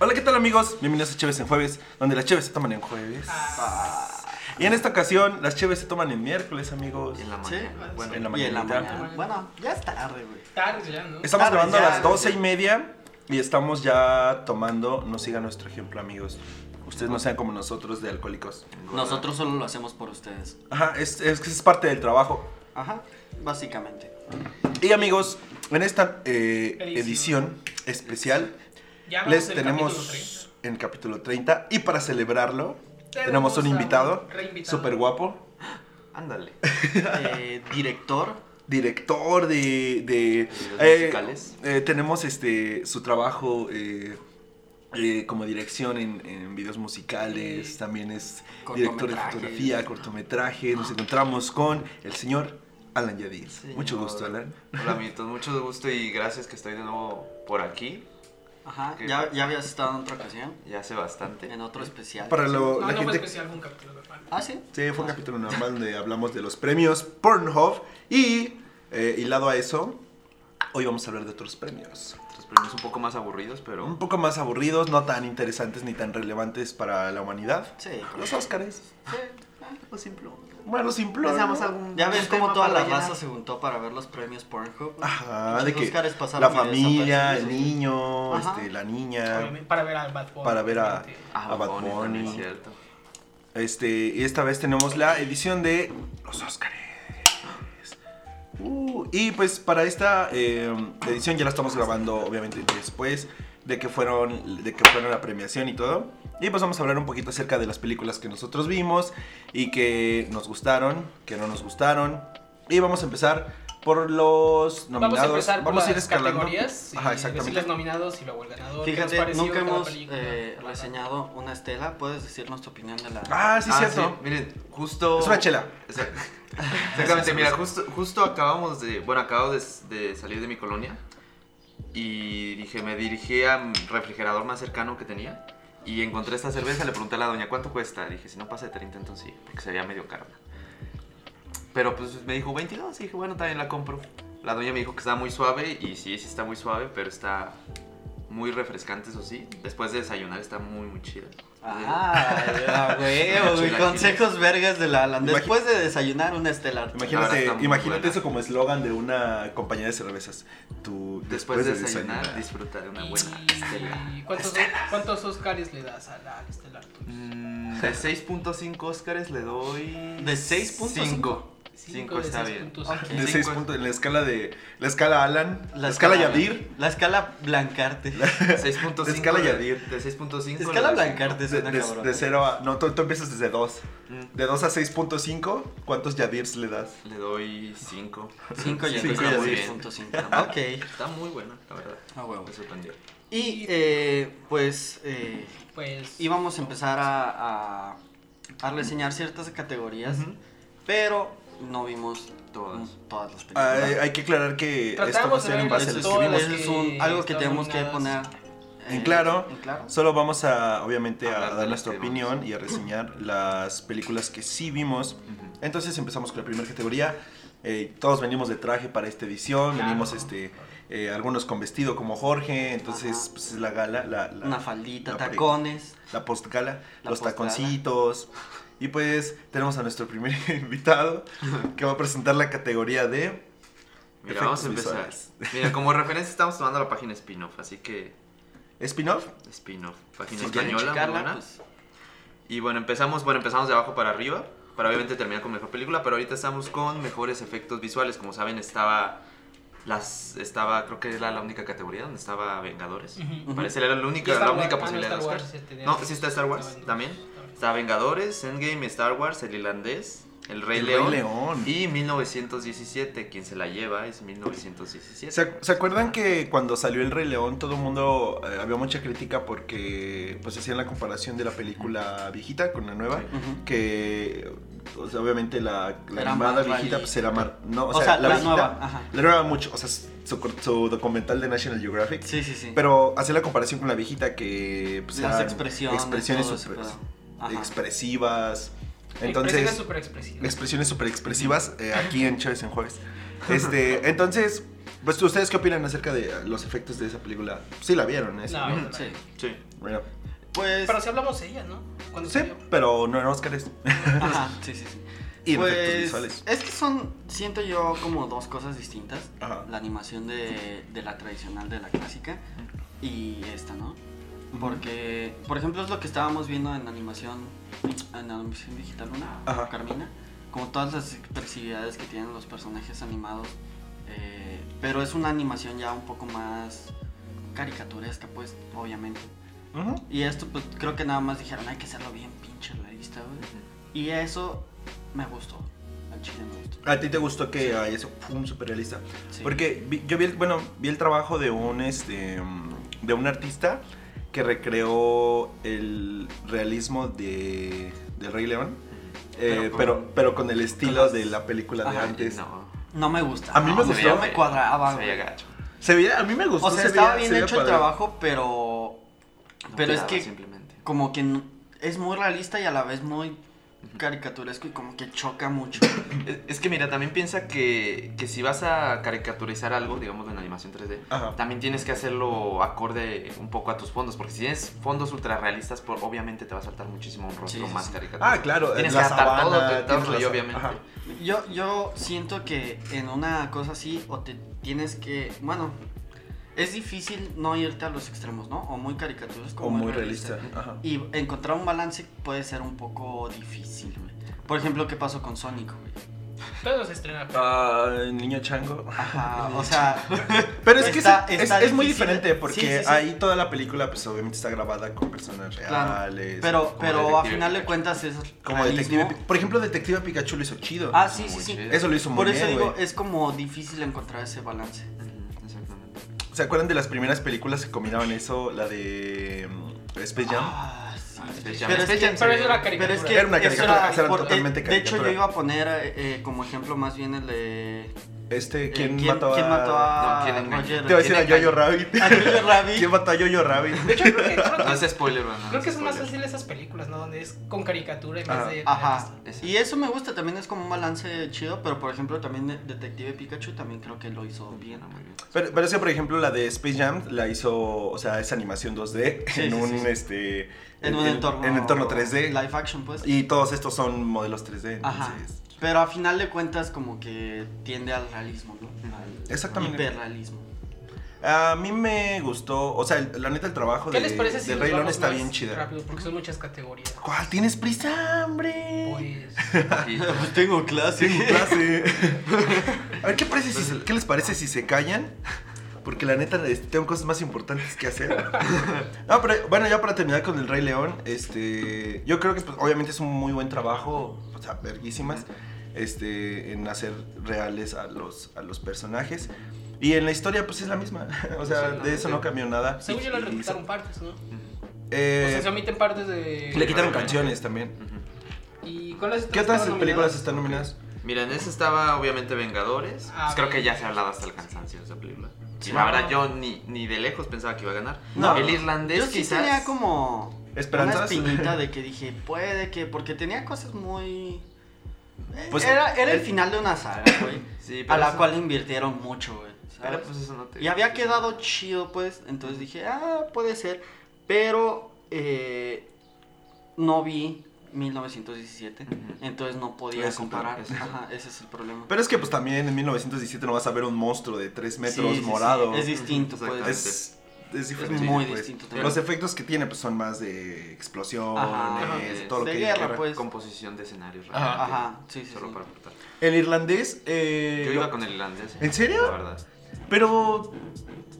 Hola, ¿qué tal amigos? Bienvenidos a Cheves en Jueves, donde las Cheves se toman en jueves. Y en esta ocasión, las Cheves se toman en miércoles, amigos. En la Sí, mañana. bueno, bueno, en la y en la mañanita. mañana. Bueno, ya es tarde, güey. Tarde ya, ¿no? Estamos Claro, grabando a ya, las no doce sé. y media y estamos ya tomando. No sigan nuestro ejemplo, amigos. Ustedes no sean como nosotros de alcohólicos. Nosotros solo lo hacemos por ustedes. Ajá, es, es que es parte del trabajo. Ajá, básicamente. Y amigos, en esta eh, edición Edición. especial Ya vamos les en tenemos capítulo en el capítulo 30 y para celebrarlo tenemos, un Tenemos a un invitado reinvitado. súper guapo, Ándale. Eh, director. director de... de los musicales. eh, tenemos este su trabajo eh, eh, como dirección en, en videos musicales, Sí. también es director de Cortometrajes. fotografía, cortometraje, nos encontramos con el señor Alan Yadir. Señor. Mucho gusto, Alan. Hola amiguitos, mucho gusto y gracias que estoy de nuevo por aquí. Ajá, ¿Qué? ya, ya habías estado en otra ocasión, Ya hace bastante. en otro especial. Para lo- No, la no fue gente especial, fue un capítulo normal. Ah, sí. Sí, fue un capítulo normal donde hablamos de los premios Pornhub y eh, hilado a eso, hoy vamos a hablar de otros premios. Otros premios un poco más aburridos, Un pero poco más aburridos, no tan interesantes ni tan relevantes para la humanidad. Sí, Los Óscares. sí. Ah, pues simple. Bueno, simple. Pensamos ¿no? algún. Ya ves tema cómo toda para la llenar. raza se juntó para ver los premios Pornhub. güey? Ajá, Muchos de que Óscares pasaron la medio familia, el desapercibidos, güey. niño, Ajá. este, la niña, Obviamente, Para ver a Bad Bunny. para ver a, obviamente. a Bad Ah, también Bunny. es cierto. Este, y esta vez tenemos la edición de los Óscares. Uh, y pues para esta eh, edición ya la estamos grabando obviamente después de que fueron de que fueron la premiación y todo. Y pues vamos a hablar un poquito acerca de las películas que nosotros vimos y que nos gustaron, que no nos gustaron. Y vamos a empezar por los nominados. Vamos a empezar por a ir las escalando. categorías. Ajá, Y decir exactamente. los nominados y luego el ganador. ¿qué nos Fíjate, pareció nunca cada hemos película? eh, Bla, bla. reseñado una estela. ¿Puedes decirnos tu opinión de la.? Ah, sí, Ah, cierto. sí, miren, justo... Es una chela. Exact- Exactamente, mira, justo, justo acabamos de... Bueno, acabo de, de salir de mi colonia y dije, me dirigí al refrigerador más cercano que tenía y encontré esta cerveza, le pregunté a la doña, ¿cuánto cuesta? Dije, si no pasa de 30, entonces sí, porque se veía medio cara. Pero pues me dijo 22 y dije, bueno, también la compro. La doña me dijo que está muy suave y sí, sí está muy suave, pero está muy refrescante, eso sí. Después de desayunar está muy, muy chida. Ah, ya, güey, güey, consejos vergas de la Alan. Imagi- Después de desayunar una estelar. Ahora Imagínate, está muy imagínate buena. eso como eslogan de una compañía de cervezas. Tú Después, de desayunar, disfruta de una buena Y- estela. y ¿Cuántos, ¿Cuántos Oscars le das a la al Estelar? tú? Mm, De 6.5 Óscares le doy. ¿De 6.5? 5. Cinco 5 de está seis bien. puntos. Ok. De Sí, seis pues. puntos en la escala de. La escala Alan. La escala Yadir. La escala Blancarte. 6.5. De escala le- Yadir. De 6.5. escala le doy Blancarte es De, una de, cabrón. de cero a. No, tú, tú empiezas desde 2. Mm. De 2 a 6.5, ¿cuántos Yadirs le das? cinco. Le doy 5. 5 y Cinco Ah, y está así. muy bien. Ok. Está muy buena, la verdad. A huevo. Me sorprendió. Y eh, pues eh, Pues. íbamos a empezar a, a, a reseñar ciertas categorías, pero no vimos Todas. mm, todas las Ah, hay, películas. hay que aclarar que esto va a Tratamos de ser en ver base a Eso los que es, todas vimos. las- eso es un, que algo que están tenemos que poner nominadas. En claro. en claro. Solo vamos a, obviamente, a Hablar de dar las nuestra que vimos. opinión y a reseñar las películas que sí vimos. Ujú. Entonces empezamos con la primera categoría. Eh, todos venimos de traje para esta edición. Claro. Venimos, este, eh, algunos con vestido como Jorge. Entonces, Ajá. pues es la gala. La, la- Una faldita, la pre- tacones. la postgala, La los postgala. taconcitos. Y pues tenemos a nuestro primer invitado que va a presentar la categoría de. Mira, vamos a Efectos empezar. visuales. Mira, como referencia estamos tomando la página Spinoff, así que. ¿Spin-off? Spinoff, página Si quieren española, muy checarla, buena. pues, Y bueno, empezamos, bueno, empezamos de abajo para arriba, para obviamente terminar con mejor película, pero ahorita estamos con mejores efectos visuales. Como saben, estaba las estaba creo que era la única categoría donde estaba Vengadores. Ujú. Me Parece que era la Y única Star la Wars. única Ah, no, posibilidad Star de Wars, Oscar. este, de- no, sí está Star Wars no, también. Star Wars. Está Vengadores, Endgame, Star Wars, El Irlandés, El Rey, El Rey León, León. y 1917, quien se la lleva es 1917. ¿Se, ac- se acuerdan que cuando salió El Rey León todo el mundo eh, había mucha crítica porque pues hacían la comparación de la película viejita con la nueva? ujú. Que o sea, obviamente la, la Era animada más viejita pues era más... No, o, O sea, sea, la, la viejita- nueva, ajá. La nueva mucho, o sea, su, su documental de National Geographic. Sí, sí, sí. Pero hacía la comparación con la viejita que pues, las eran expresiones. expresiones todo ese super- pedo. Ajá. expresivas. Expresiva, Entonces, súper expresiva. expresiones super expresivas eh, aquí en Chaves en Jueves. Este, entonces, Pues, ¿ustedes qué opinan acerca de eh, los efectos de esa película? Sí la vieron, ¿eh? No, no, no. Sí. Sí. Bueno, Pues. Pero sí hablamos de ella, ¿no? Cuando sí, salió. pero no en Óscares. Ajá, sí, sí, sí. y en pues, efectos visuales. Es que son, siento yo, como dos cosas distintas. Ajá. La animación de, de la tradicional, de la clásica, y esta, ¿no? Porque, por ejemplo, es lo que estábamos viendo en animación, en animación digital una, Ajá. Carmina, como todas las expresividades que tienen los personajes animados, eh, pero es una animación ya un poco más caricaturesca, pues, obviamente. Ujú. Y esto, pues, creo que nada más dijeron, hay que hacerlo bien pinche realista, güey. Y eso me gustó, al chile me gustó. ¿A ti te gustó que haya eso? Pum, super realista. Sí. Porque vi- yo vi el, bueno, vi el trabajo de un, este, mm, de un artista que recreó el realismo de, del Rey León, eh, Pero con- pero, pero, con el estilo las- de la película de Ajá, y antes. No. No me gusta. A mí me no, gustó. No me cuadraba, Se veía güey. gacho. Se veía, a mí me gustó. O sea, se estaba veía- bien se veía hecho el padre. trabajo, pero. No pero es pegaba que, Simplemente. como que no- es muy realista y a la vez muy caricaturesco y como que choca mucho. Es- Es que mira, también piensa que, que si vas a caricaturizar algo, digamos en animación 3D, Ajá. también tienes que hacerlo acorde un poco a tus fondos, porque si tienes fondos ultra realistas, por- obviamente te va a saltar muchísimo un rostro Sí, sí, más sí. caricaturesco. Ah, claro. Tienes la que adaptar sabana, todo, todo tienes el rollo, la- obviamente. ajá. Yo, yo siento que en una cosa así, o te tienes que. Bueno, es difícil no irte a los extremos, ¿no? O muy caricaturesco O muy realista. Ajá. Y encontrar un balance puede ser un poco difícil, güey. Por ejemplo, ¿qué pasó con Sonic, güey? Todos se estrenaron. Ah, el niño chango. Ajá, o sea, Pero es que Está- es- es- está es, muy difícil. diferente porque Sí, sí, sí. ahí toda la película, pues obviamente está grabada con personas Claro, reales. pero, pero a Detective final de Pikachu. cuentas es Como realismo. detective. Pi- Por ejemplo, Detective Pikachu lo hizo chido. Ah, sí, sí, Muy sí. chido. Eso lo hizo muy Por bien. eso digo, güey. es como difícil encontrar ese balance. Ujú, Exactamente. ¿Se acuerdan de las primeras películas que combinaban eso? La de mm, Space Jam. Ah, sí. Space Jam. Pero es Space que, Jam se pero ve- es una caricatura. pero es que Era una eso caricatura, o sea, era por- eh, totalmente De hecho, yo caricatura. iba a poner eh, eh, como ejemplo más bien el de. eh, este, ¿quién, ¿quién, mató a.? quién mató a No, ¿quién engañó? Roger- Te voy a decir a ¿Quién Jojo engañó? Rabbit. a Roger Rabbit? ¿Quién mató a Jojo Rabbit? De hecho, creo que, creo Ah, No es que, spoiler, bro, no creo que es más spoiler. fácil esas películas, ¿no? Donde es con caricatura en vez Ajá. de. Ajá. Ese. Y eso me gusta, también es como un balance chido, pero por ejemplo también de- Detective Pikachu también creo que lo hizo bien. Bien, muy bien. Pero, pero es que, por ejemplo, la de Space Jam la hizo, o sea, es animación 2D Sí, en sí, un, sí, sí. este... En un entorno. En entorno 3D. Live action, pues. Y todos estos son modelos 3D, Ajá. entonces... Pero a final de cuentas como que tiende al realismo, ¿no? Al Exactamente. hiperrealismo. A mí me gustó, o sea, el- la neta, el trabajo ¿Qué de, les parece si del nos Rey León vamos está más bien chida. Rápido, porque son muchas categorías. ¿Cuál? ¿Tienes prisa, hombre? Pues. Sí. Pues tengo clase. Tengo clase. A ver, ¿qué, parece si- qué les parece si se callan? Porque la neta, este, tengo cosas más importantes que hacer. No, pero bueno, ya para terminar con el Rey León, este, yo creo que pues, obviamente es un muy buen trabajo, o sea, verguísimas, este, en hacer reales a los, a los personajes. Y en la historia, pues es la misma. O sea, Sí, de eso no cambió nada. Según yo, Y- le y- reclutaron partes, ¿no? eh, o sea, se omiten partes de. le quitaron canciones también. Ujú. ¿Y cuáles ¿Qué otras películas están nominadas? Mira, en ese estaba obviamente Vengadores. Ah, Pues creo que ya Vengadores. se ha hablado hasta el cansancio de esa película. Sí. Y la verdad, yo ni, ni de lejos pensaba que iba a ganar. No. el irlandés Yo sí quizás. tenía como una Esperanzas. espinita de que dije, puede que, porque tenía cosas muy... eh, Pues, era era el el- final de una saga, güey. Sí, a pero la eso- cual invirtieron mucho, güey. ¿sabes? Pero pues eso no te. Y había quedado chido, pues. Entonces dije, ah, puede ser. Pero eh, no vi 1917. Ujú. Entonces no podía Ese es el comparar. problema. Ajá, ese es el problema. Pero es que pues también en 1917 no vas a ver un monstruo de 3 metros Sí, sí, morado. sí, Es distinto, Ujú, pues. exactamente. Es, es diferente. Es muy pues. distinto también. Los efectos que tiene pues son más de explosiones, Ajá, de de- todo lo de que guerra, guerra. pues. Composición de escenarios. Ajá. realmente. Ajá, sí, sí, Solo sí. para aportar. El irlandés eh, Yo lo- iba con el irlandés. ¿En serio? La verdad. Pero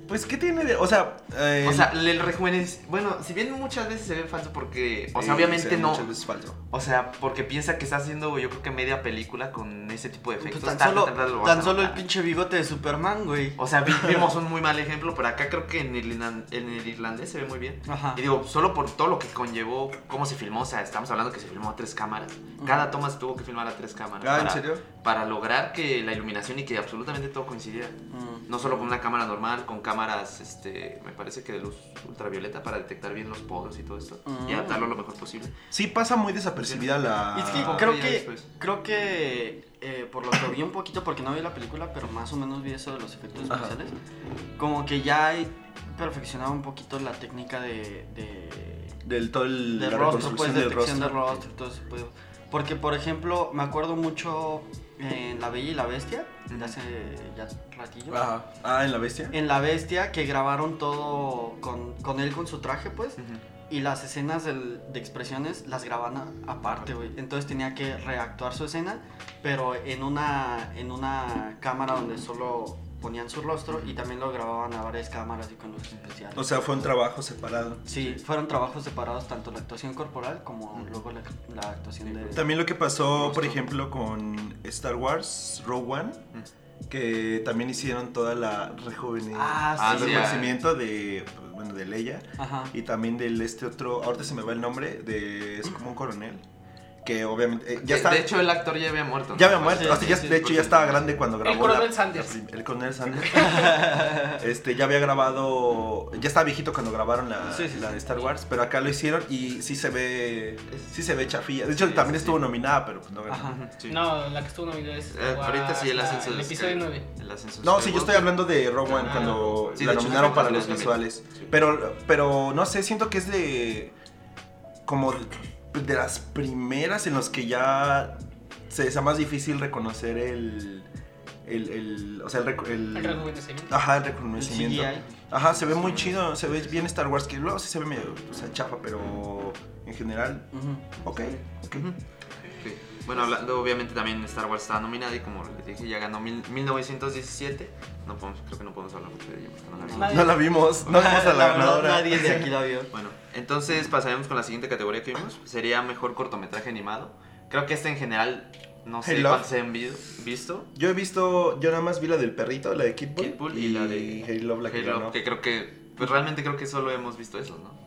pues qué tiene de, o sea, eh, O sea, el rejuvenec... Bueno, si bien muchas veces se ve falso porque. O sí, sea, obviamente se ve no. muchas veces falso. O sea, porque piensa que está haciendo, yo creo que media película con ese tipo de efectos. Pues, tan, Tarde, solo, temprano lo vas tan a solo el notar. pinche bigote de Superman, güey. O sea, vi- vimos un muy mal ejemplo, pero acá creo que en el, inan- en el irlandés se ve muy bien. Ah. Ajá. Y digo, solo por todo lo que conllevó, cómo se filmó, o sea, estamos hablando que se filmó a tres cámaras. Cada toma se tuvo que filmar a tres cámaras. Ah, ¿en para- serio? Para lograr que la iluminación y que absolutamente todo coincidiera. Mm. No solo con una cámara normal, con cámaras, este, me parece que de luz ultravioleta para detectar bien los poros y todo esto y Mm. Ah. adaptarlo lo mejor posible. Sí pasa muy desapercibida la... Y es que Ah, creo ya que, después. creo que eh, por lo que vi un poquito, porque no vi la película, pero más o menos vi eso de los efectos Ajá. especiales, como que ya he perfeccionado un poquito la técnica de, de, Del todo el, de la rostro, pues, reconstrucción del detección de rostro. rostro y todo ese pedo. Porque, por ejemplo, me acuerdo mucho en La Bella y la Bestia, de hace ya ratillo. Ajá. Ah, en la bestia. En La Bestia, que grabaron todo con, con él, con su traje, pues. Y las escenas del- de expresiones las graban a- aparte, güey. Entonces tenía que reactuar su escena, pero en una, en una cámara donde solo ponían su rostro y también lo grababan a varias cámaras y con luces especiales. O sea, fue un trabajo separado. sí, fueron trabajos separados, tanto la actuación corporal como luego la, la actuación de... También lo que pasó, por Rostro. ejemplo, con Star Wars, Rogue One, que también hicieron toda la rejuvenecimiento Ah, sí, de, pues, bueno, de Leia Ajá. y también del este otro, ahorita se me va el nombre, de, es como un coronel, que obviamente, eh, ya De- está, De hecho, el actor ya había muerto. ¿no? ya había muerto, Sí, o sea, sí, ya- sí, de hecho porque- ya estaba grande cuando grabó coronel la- Sanders. la prim- el coronel Sanders, este, ya había grabado, ya estaba viejito cuando grabaron la, Sí, sí, la sí. de Star Wars, pero acá lo hicieron y sí se ve, sí se ve chafilla, de hecho Sí, también sí, estuvo sí. nominada, pero pues no ganó. Ajá. Sí. No, la que estuvo nominada es. Eh, ahorita sí, el la- ascenso El de episodio Skywalker. 9. El ascenso de No, sí, yo estoy Skywalker. hablando de Rogue One Ah, cuando sí, la de hecho, nominaron sí, para sí, los sí. visuales. Sí. Pero, pero no sé, siento que es de. como de, de las primeras en las que ya se es más difícil reconocer el. el, el o sea, el. recu- el- Ah. El rejuvenecimiento. ajá, el El reconocimiento. CGI. Ajá, se ve muy chido, se ve bien Star Wars, que luego sí se ve medio, o sea, chafa, pero en general, Ujú. ok, ok. Sí. Bueno, hablando, obviamente también Star Wars estaba nominada y como les dije, ya ganó mil- 1917. No podemos, creo que no podemos hablar mucho de ella porque no la vimos. Nadie- No la vimos, no vimos a la verdad, ganadora. Nadie de aquí la vio. Bueno, entonces pasaremos con la siguiente categoría que vimos. Sería mejor cortometraje animado. Creo que este en general, no sé Hey, Love. cuántos se han vi- visto. Yo he visto, yo nada más vi la del perrito, la de Kid Bull, Kid Bull y, la de Hey Love, la que Hey Love, ganó. que creo que, pues realmente creo que solo hemos visto esos, ¿no?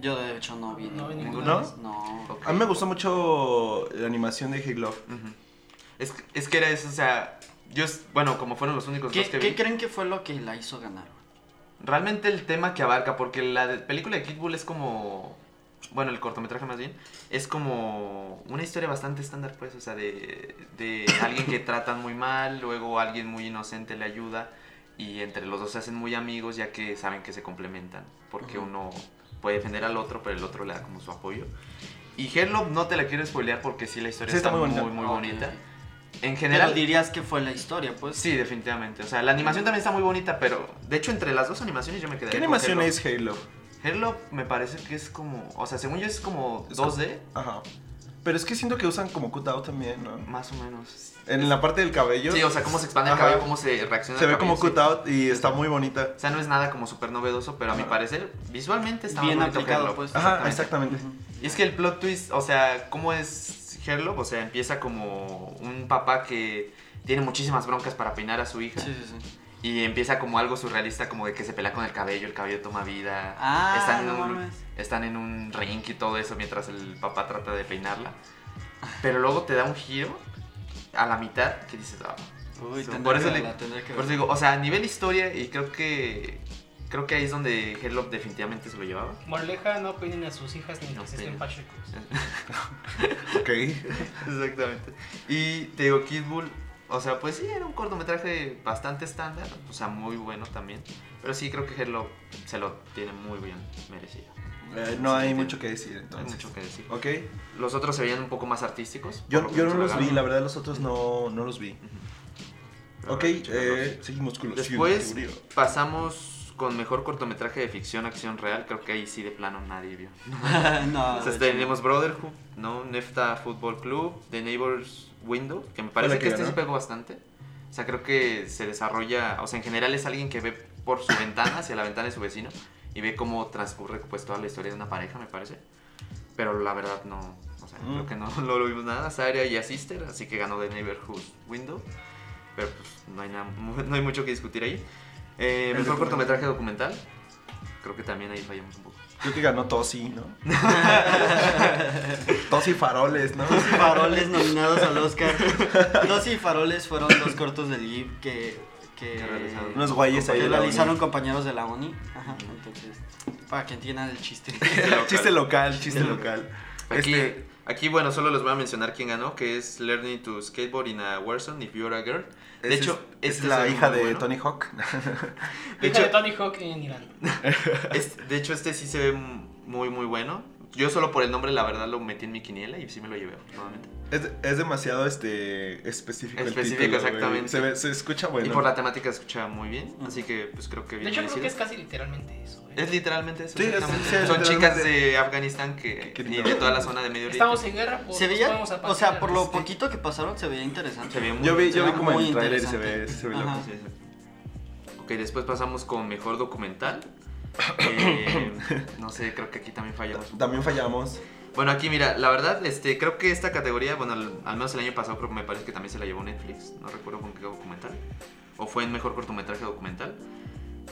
Yo de hecho no vi No vi ninguna. ninguno. No. Ok. A mí me gustó mucho la animación de Hey Love. Ujú. es, es que era eso, o sea, yo, es- bueno, como fueron los únicos ¿Qué, dos que qué vi. creen que fue lo que la hizo ganar? Realmente el tema que abarca, porque la de- película de Kid Bull es como. Bueno, el cortometraje más bien. Es como una historia bastante estándar, pues. O sea, de, de alguien que tratan muy mal, luego alguien muy inocente le ayuda. Y entre los dos se hacen muy amigos, ya que saben que se complementan. Porque Ujú. uno puede defender al otro, pero el otro le da como su apoyo. Y Herlock no te la quiero spoilear porque sí, la historia Sí, está, está muy muy, bonita. Ah, muy Ok. bonita. En Pero general, dirías que fue la historia, pues. sí, definitivamente. O sea, la animación también está muy bonita, pero de hecho, entre las dos animaciones yo me quedé. ¿Qué animación es Hey Love? Hello me parece que es como, o sea, según yo es como 2D, Ajá. Pero es que siento que usan como cutout también, ¿no? más o menos. En la parte del cabello. Sí, o sea, cómo se expande el Ajá. cabello, cómo se reacciona Se el ve cabello, como sí. cutout y está muy bonita. O sea, no es nada como súper novedoso, pero a mi Ajá. parecer visualmente está Bien muy bonito aplicado, Hello. pues. Ajá, exactamente. exactamente. Y es que el plot twist, o sea, ¿cómo es Herlock? O sea, empieza como un papá que tiene muchísimas broncas para peinar a su hija. Sí, sí, sí. Y empieza como algo surrealista, como de que se pelea con el cabello, el cabello toma vida. Ah, están, en no un, mames. están en un ring y todo eso mientras el papá trata de peinarla. Pero luego te da un giro a la mitad que dices, ah. Uy, Sí, tendré por que eso verla, le- tendré que Por eso verla. digo, o sea, a nivel historia, y creo que creo que ahí es donde Herlock definitivamente se lo llevaba. Morleja no peinen a sus hijas ni No que se estén peinen. pachecos. Ok. Exactamente. Y te digo, Kid Bull, o sea, pues sí, era un cortometraje bastante estándar, o sea, muy bueno también. Pero sí, creo que Herlock se lo tiene muy bien merecido. Eh, no hay Sí, mucho que decir, No hay entonces. mucho que decir. Ok. Los otros se veían un poco más artísticos. por Yo, lo que yo no nos los vi, hablaron. la verdad, los otros no, no los vi. Pero Ok, bueno, chécalos. eh, seguimos con los Después siguiente. pasamos con mejor cortometraje de ficción, acción real. Creo que ahí sí de plano nadie vio. no, Ah, O sea, de hecho, tenemos Brotherhood, ¿no? Nefta Football Club, The Neighbors Window, que me la parece que que, este ganó. se pegó bastante. O sea, creo que se desarrolla, o sea, en general es alguien que ve por su ventana, hacia la ventana de su vecino, y ve cómo transcurre pues toda la historia de una pareja, me parece. Pero la verdad no, o sea, Mm. creo que no, no lo vimos nada. Saria y Asister, así que ganó The Neighborhood Window. Pero pues no hay, nada, no hay mucho que discutir ahí. Eh, El documental. mejor cortometraje documental. Creo que también ahí fallamos un poco. Creo que ganó Tosi, ¿no? Tosi Faroles, ¿no? Dos y faroles nominados al Oscar. Dos y faroles fueron dos cortos del GIF que, que, Que realizaron. Unos güeyes ahí. que de la realizaron uni. compañeros de la uni. Ajá, entonces, para que entiendan el chiste. Chiste local, chiste local. Aquí, Este- aquí, bueno, solo les voy a mencionar quién ganó, que es Learning to Skateboard in a Warzone if you're a girl. Esa De es- hecho, esa este es la el hija muy de bueno. Tony Hawk. De Hija hecho, de Tony Hawk en Irán. este- de hecho, este sí se ve muy, muy bueno. Yo solo por el nombre, la verdad, lo metí en mi quiniela y sí me lo llevé, nuevamente. es, es demasiado este específico. el Específico, título, güey. exactamente. Se, ve- se escucha bueno. Y por la temática se escucha muy bien, así que pues creo que De bien hecho, creo que es merecido. casi literalmente eso. ¿eh? Es literalmente eso. Sí, es- exactamente. sí, es Son literalmente- chicas de Afganistán que, Que- que- y de toda la zona de Medio Oriente. Estamos en guerra, pues Se veía, vamos a o sea, pasar, por lo este, poquito que pasaron, se veía interesante. Se ve muy Yo vi, yo vi Muy como el trailer y se ve, interesante. se ve Ajá. loco. Sí, sí. Ok, después pasamos con mejor documental. Eh, no sé, creo que aquí también fallamos. También fallamos. Bueno, aquí mira, la verdad, este, creo que esta categoría, bueno, al, al menos el año pasado creo que me parece que también se la llevó Netflix, no recuerdo con qué documental, o fue en mejor cortometraje documental,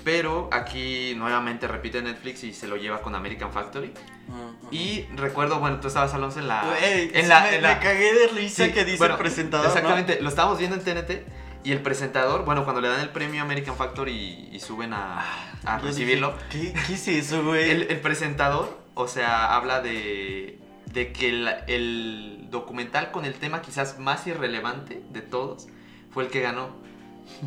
pero aquí nuevamente repite Netflix y se lo lleva con American Factory. Ujú. Y recuerdo, bueno, tú estabas Alonso en la, Güey, Mm, Ah, en la, me, en la- me cagué de risa Sí, que dice bueno, el presentador. ¿no? Exactamente, lo estábamos viendo en TNT y el presentador, bueno, cuando le dan el premio American Factor y, y suben a, a Ah, Yo recibirlo, dije, ¿Qué, ¿Qué es eso, güey? el, el presentador, o sea, habla de, de que el, el documental con el tema quizás más irrelevante de todos fue el que ganó.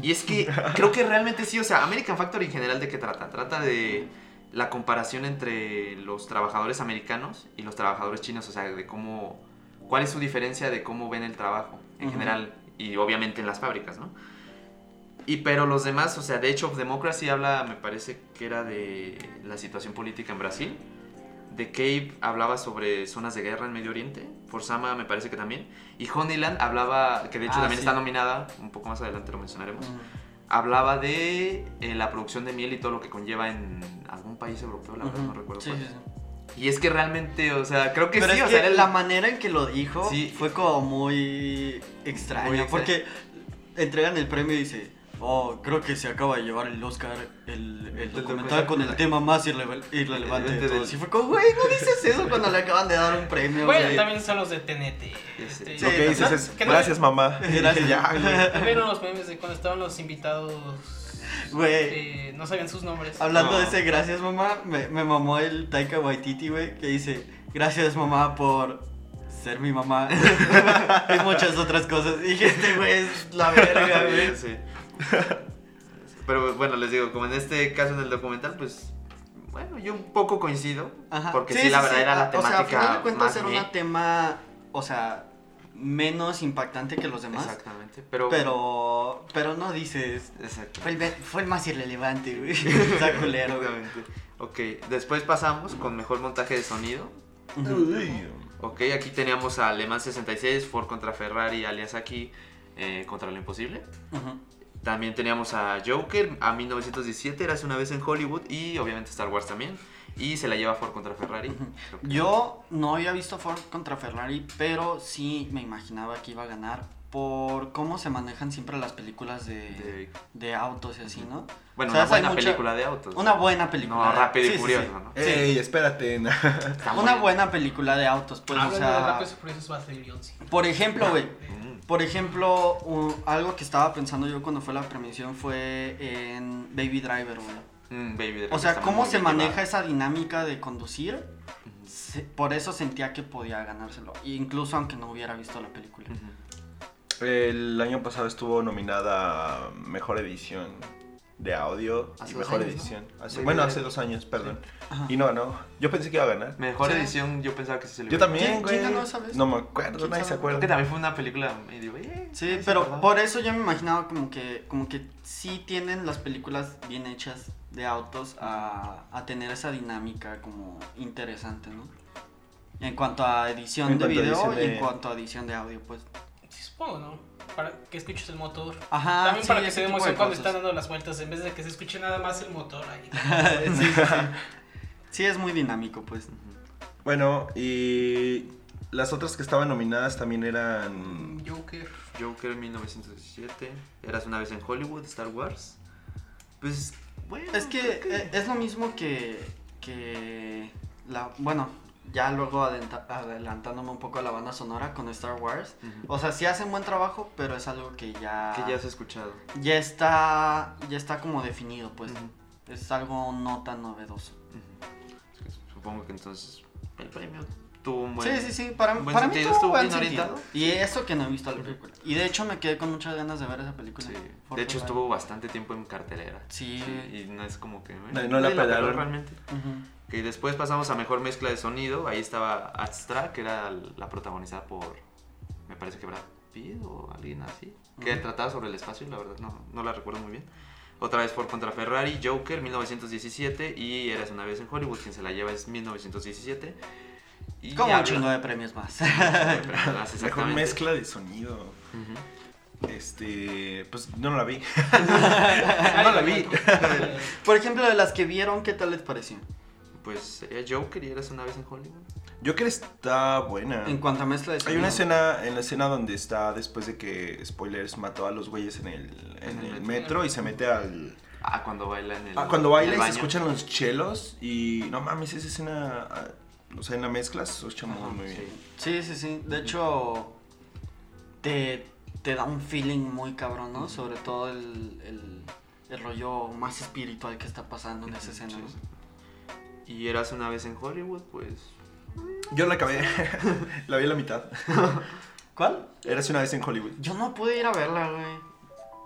Y es que creo que realmente sí, o sea, American Factor en general de qué trata? Trata de la comparación entre los trabajadores americanos y los trabajadores chinos, o sea, de cómo, cuál es su diferencia de cómo ven el trabajo en Ujú. general y obviamente en las fábricas, ¿no? Y pero los demás, o sea, The Age of Democracy habla, me parece que era de la situación política en Brasil. The Cave hablaba sobre zonas de guerra en Medio Oriente. Forzama me parece que también. Y Honeyland hablaba, que de hecho Ah, también sí. está nominada, un poco más adelante lo mencionaremos. Ujú. Hablaba de eh, la producción de miel y todo lo que conlleva en algún país europeo, la verdad Ujú. no recuerdo Sí, cuál. sí, sí. Y es que realmente, o sea, creo que Pero sí, es o sea, que era el- la manera en que lo dijo Sí. fue como muy extraña, Muy extraña. porque entregan el premio y dice, oh, creo que se acaba de llevar el Oscar el, el documental documental. con el tema más irrele- irrelevante de Irrelevante todos. del- Y fue como, güey, no dices eso cuando le acaban de dar un premio, Bueno, güey". también son los de TNT. Sí, este, sí. Lo que dices es, ¿Qué no- gracias mamá. Gracias. Ya, güey. ¿Vieron los memes de cuando estaban los invitados? Güey. eh, no sabían sus nombres. Hablando No. de ese gracias mamá, me, me mamó el Taika Waititi, güey, que dice, gracias mamá por ser mi mamá y muchas otras cosas. Y dije, este güey es la verga, güey. Sí, sí. Pero bueno, les digo, como en este caso en el documental, pues bueno, yo un poco coincido. Ajá. Porque sí, la verdad era la Ah, O sea, a final temática. de cuentas más era meh. un tema, o sea, menos impactante que los demás. Exactamente. Pero. Pero, pero no dices, Exacto. fue el, ve- fue el más irrelevante, güey. Está culero, güey. Exactamente. Ok, después pasamos con mejor montaje de sonido. Ujú. Ok, aquí teníamos a Le Mans 66, Ford contra Ferrari, alias aquí, eh, contra lo imposible. Ujú. También teníamos a Joker, a 1917, era una vez en Hollywood y obviamente Star Wars también. Y se la lleva Ford contra Ferrari. Creo que- Yo no había visto Ford contra Ferrari, pero sí me imaginaba que iba a ganar por cómo se manejan siempre las películas de, de- de autos y así, ¿no? bueno, O una sea, hay buena mucha- película de autos. Una buena película. No, rápido Sí, y sí, furioso, sí. ¿no? Ey, espérate. na. Está muy Una bien. buena película de autos, pues, o Hablando de sea... Rápidos Ah, y Furiosos va a salir Beyoncé. Por ejemplo, güey, Mm. Por ejemplo, u- algo que estaba pensando yo cuando fue la premiación fue en Baby Driver, güey. Mm, Baby O Driver sea, está cómo muy se bien maneja llevada. esa dinámica de conducir. se- por eso sentía que podía ganárselo, incluso aunque no hubiera visto la película. Ujú. El año pasado estuvo nominada a Mejor Edición de Audio Hace y dos Mejor años, ¿no? Edición. Hace- Muy bueno, bien. hace dos años, perdón. Ajá. Y no, no. Yo pensé que iba a ganar. Mejor Sí. edición, yo pensaba que sí se le Yo iba a también, ¿Quién- güey. quién ganó esa vez? No me acuerdo, ¿Quién nadie se sabe? Creo acuerda. que también fue una película medio. eh, Sí, es pero verdad. por eso yo me imaginaba como que, como que sí tienen las películas bien hechas de autos a, a tener esa dinámica como interesante, ¿no? En cuanto a edición En cuanto de a video edición y en de- cuanto a edición de audio, pues. Sí, supongo, ¿no? Para que escuches el motor. Ajá. También Ah, sí, para que ese se dé tipo de emoción cuando cosas. están dando las vueltas, en vez de que se escuche nada más el motor ahí. sí, sí, sí. Sí, es muy dinámico, pues. Bueno, y las otras que estaban nominadas también eran... Joker. Joker 1917, Eras una vez en Hollywood, Star Wars. Pues, bueno. Es que creo eh, es lo mismo que. que la, bueno, ya luego adenta- adelantándome un poco a la banda sonora con Star Wars. O sea, sí hacen buen trabajo, pero es algo que ya... Que ya has escuchado. ya está ya está como definido, pues. Ujú. Es algo no tan novedoso. Supongo que entonces el premio tuvo un buen... sí, sí, sí, para, un buen para mí sentido, tuvo estuvo buen bien sentido. orientado. Y eso que no he visto la película. Y de hecho me quedé con muchas ganas de ver esa película. Sí. Por De hecho favor. estuvo bastante tiempo en cartelera. Sí. Y no es como que... No, no la nadie peló pelaron. realmente. Ujú. Que después pasamos a mejor mezcla de sonido. Ahí estaba Astra, que era la protagonizada por. Me parece que Brad Pitt o alguien así. Que Ujú. trataba sobre el espacio, la verdad, no, no la recuerdo muy bien. Otra vez Ford contra Ferrari, Joker 1917 y Eres una vez en Hollywood. Quien se la lleva es 1917. Y Como un habla- chingo de premios más. Pero, más Mejor exactamente. mezcla de sonido. Ujú. Este, pues yo no la vi. No la vi. Por ejemplo, de las que vieron, ¿qué tal les pareció? Pues sería Joker y Eres una vez en Hollywood. Yo creo que está Ah. buena. En cuanto a mezcla de Hay una sonido. escena, en la escena donde está después de que, spoilers, mató a los güeyes en el, en En el el metro. metro y se mete al... Ah, cuando baila en el. Ah, cuando en baila el y se baño. escuchan los chelos y no mames, esa escena, ah, o sea, en la mezcla se escucha muy, Ajá, muy sí. bien. Sí, sí, sí. De hecho, te, te da un feeling muy cabrón, ¿no? Sobre todo el, el, el rollo más espiritual que está pasando en esa escena. Sí, ¿no? sí. Y eras una vez en Hollywood, pues Yo la acabé, la vi a la mitad. ¿Cuál? Eras una vez en Hollywood. Yo no pude ir a verla, güey.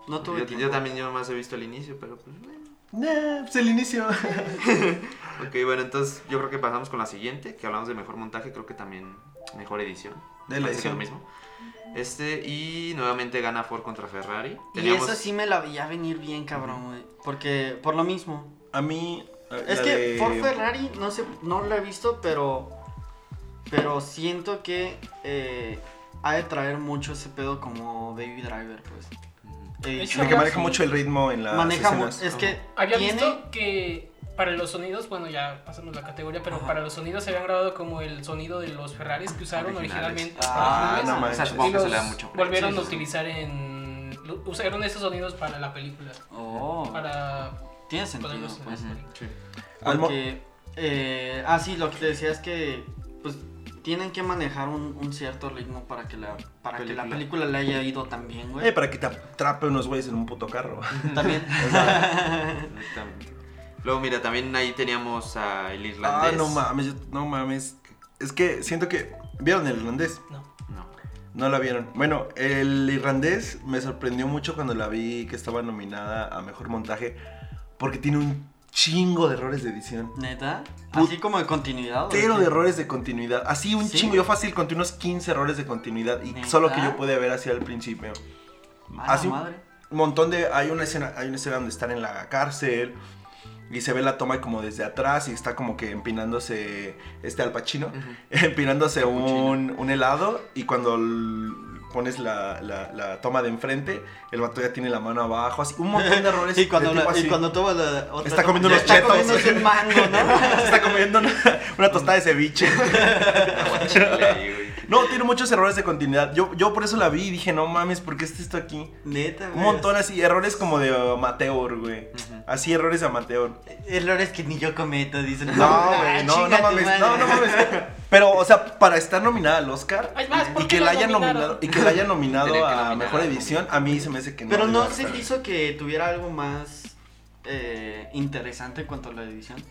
No tuve yo, tiempo. yo también yo más he visto el inicio, pero pues... bueno. Nah, pues el inicio. Ok, bueno, entonces yo creo que pasamos con la siguiente, que hablamos de mejor montaje, creo que también mejor edición. De la Parece que edición. es lo mismo. Este, y nuevamente gana Ford contra Ferrari. Y Teníamos- esa sí me la veía venir bien, cabrón, güey. Porque, por lo mismo. A mí... ah, Es la que de- Ford Ferrari, no sé, no lo he visto, pero. Pero siento que eh, ha de traer mucho ese pedo como Baby Driver, pues. Ah, Eh, De hecho, La que maneja Sí. mucho el ritmo en las maneja mu- escenas. Es que Había tiene- visto que para los sonidos, bueno, ya pasamos la categoría, pero Ajá. para los sonidos se habían grabado como el sonido de los Ferraris que usaron Originales. originalmente. Ah, para no filmes. manches. O sea, Y supongo Y que se le da los mucho. crédito. volvieron Sí, a sí, sí. usaron utilizar en... lo- Usaron esos sonidos para la película. Oh, Para tiene sentido, ponerlos en pues. las Ujú, películas. sí. Al mo- Porque, eh, ah, sí, lo que te decía es que, pues, tienen que manejar un, un cierto ritmo para que la, para que la Película. película le haya ido también, güey. Eh, para que te atrape unos güeyes en un puto carro. También. Exactamente. Luego, mira, también ahí teníamos a el Ah, irlandés. no mames, yo- no mames. Es que siento que. ¿Vieron el irlandés? No. No. No la vieron. Bueno, el irlandés me sorprendió mucho cuando la vi que estaba nominada a mejor montaje. Porque tiene un chingo de errores de edición. Neta. Put- Así como de continuidad. güey. Cero de errores de continuidad. Así un ¿Sí? chingo. Yo fácil conté unos 15 errores de continuidad. Y ¿Neta? solo que yo pude ver hacia el principio. A la Así un- madre. un montón de. Hay una escena, hay una escena donde están en la cárcel. Y se ve la toma como desde atrás y está como que empinándose este Al Pacino, empinándose un, un helado y cuando l- pones la, la- la toma de enfrente, el vato ya tiene la mano abajo, así un montón de errores. Y cuando, de tipo la- y así. cuando toma la otra. Está comiendo Ya unos está chetos. comiéndose un mango, ¿no? Se está comiendo una, una tostada de ceviche. Aguachile ahí, güey. No, tiene muchos errores de continuidad. Yo, yo por eso la vi y dije, no mames, ¿por qué está esto aquí? Neta, Un montón así, errores como de amateur, güey. Ujú. Así, errores amateur. Errores que ni yo cometo, dicen. Ah, No, güey, no, no mames, no, no mames. Pero, o sea, para estar nominada al Oscar Ay, más, ¿por y qué que la la hayan nominaron? nominado y que la hayan nominado Tenía que a nominar mejor algo. edición, a mí se me hace que no. Pero le va no a se estar. hizo que tuviera algo más eh, interesante en cuanto a la edición.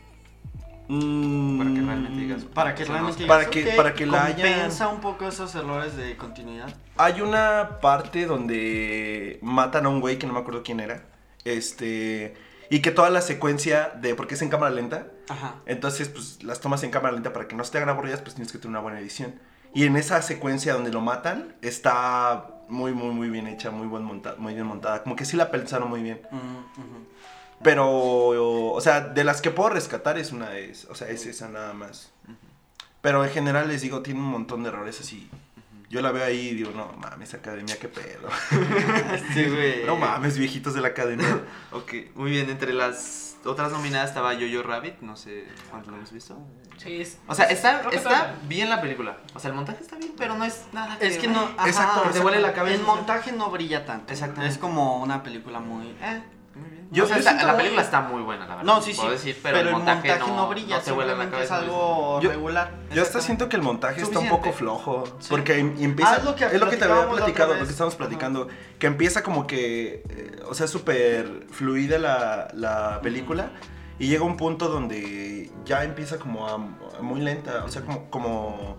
Mm, Para que realmente digas. Para que "Eso no realmente sé". Para yo que- creo para que la hayan- compensa un poco esos errores de continuidad. Hay una parte donde matan a un güey que no me acuerdo quién era. Este. Y que toda la secuencia de. Porque es en cámara lenta. Ajá. Entonces, pues las tomas en cámara lenta para que no se te hagan aburridas, pues tienes que tener una buena edición. Y en esa secuencia donde lo matan, está muy, muy, muy bien hecha, muy, buen monta muy bien montada. Como que sí la pensaron muy bien. Mm, Pero, o sea, de las que puedo rescatar es una de esas. O sea, es esa nada más. Pero en general les digo, tiene un montón de errores así. Yo la veo ahí y digo, no mames, academia, qué pedo. Sí, güey. Este, No mames, viejitos de la academia. Ok, muy bien. Entre las otras nominadas estaba Yo-Yo Rabbit, no sé cuánto lo hemos visto. Sí, es... pues, O sea, está, Creo que está bien la película. O sea, el montaje está bien, pero no es nada. Es que no. Exacto, te exacto. huele la cabeza. El montaje no brilla tanto. Exactamente. Es como una película muy. eh, Muy bien. Yo- O sea, yo está- siento- la película está muy buena, la verdad. No, sí, sí. Ah, Puedo decir, pero, el montaje, no, brilla, no te vuela la simplemente cabeza. es algo Yo- regular. Yo hasta siento que el montaje está un Suficiente. poco flojo. Sí. Porque em- empieza. Ah, es lo que es lo que te había platicábamos la platicado, otra lo que vez. estábamos platicando. Que empieza como que. eh, o sea, súper fluida la, la película. Y llega un punto donde ya empieza como a, a muy lenta. O sea, como. como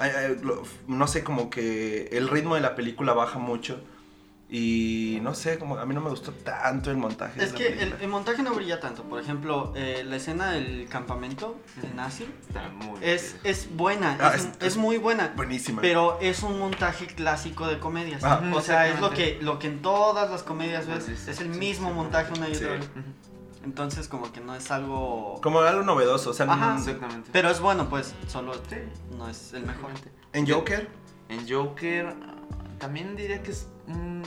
ay, ay, lo- no sé, como que el ritmo de la película baja mucho. Y no sé, como a mí no me gustó tanto el montaje. de Es la que el, película. el montaje no brilla tanto. Por ejemplo, eh, la escena del campamento de nazi Está muy es, bien. es buena, Ah, es, un- es- es muy buena. Buenísima. Pero es un montaje clásico de comedias. Ah. o sea, es lo que, lo que en todas las comedias ves. Pues Sí, sí, es el sí, mismo sí. montaje una y Sí. otra vez. Entonces, como que no es algo. Como algo novedoso. O sea, Ajá. mm, Exactamente. Pero es bueno, pues, solo no es el mejor. en Joker. En Joker ah, también diría que es un,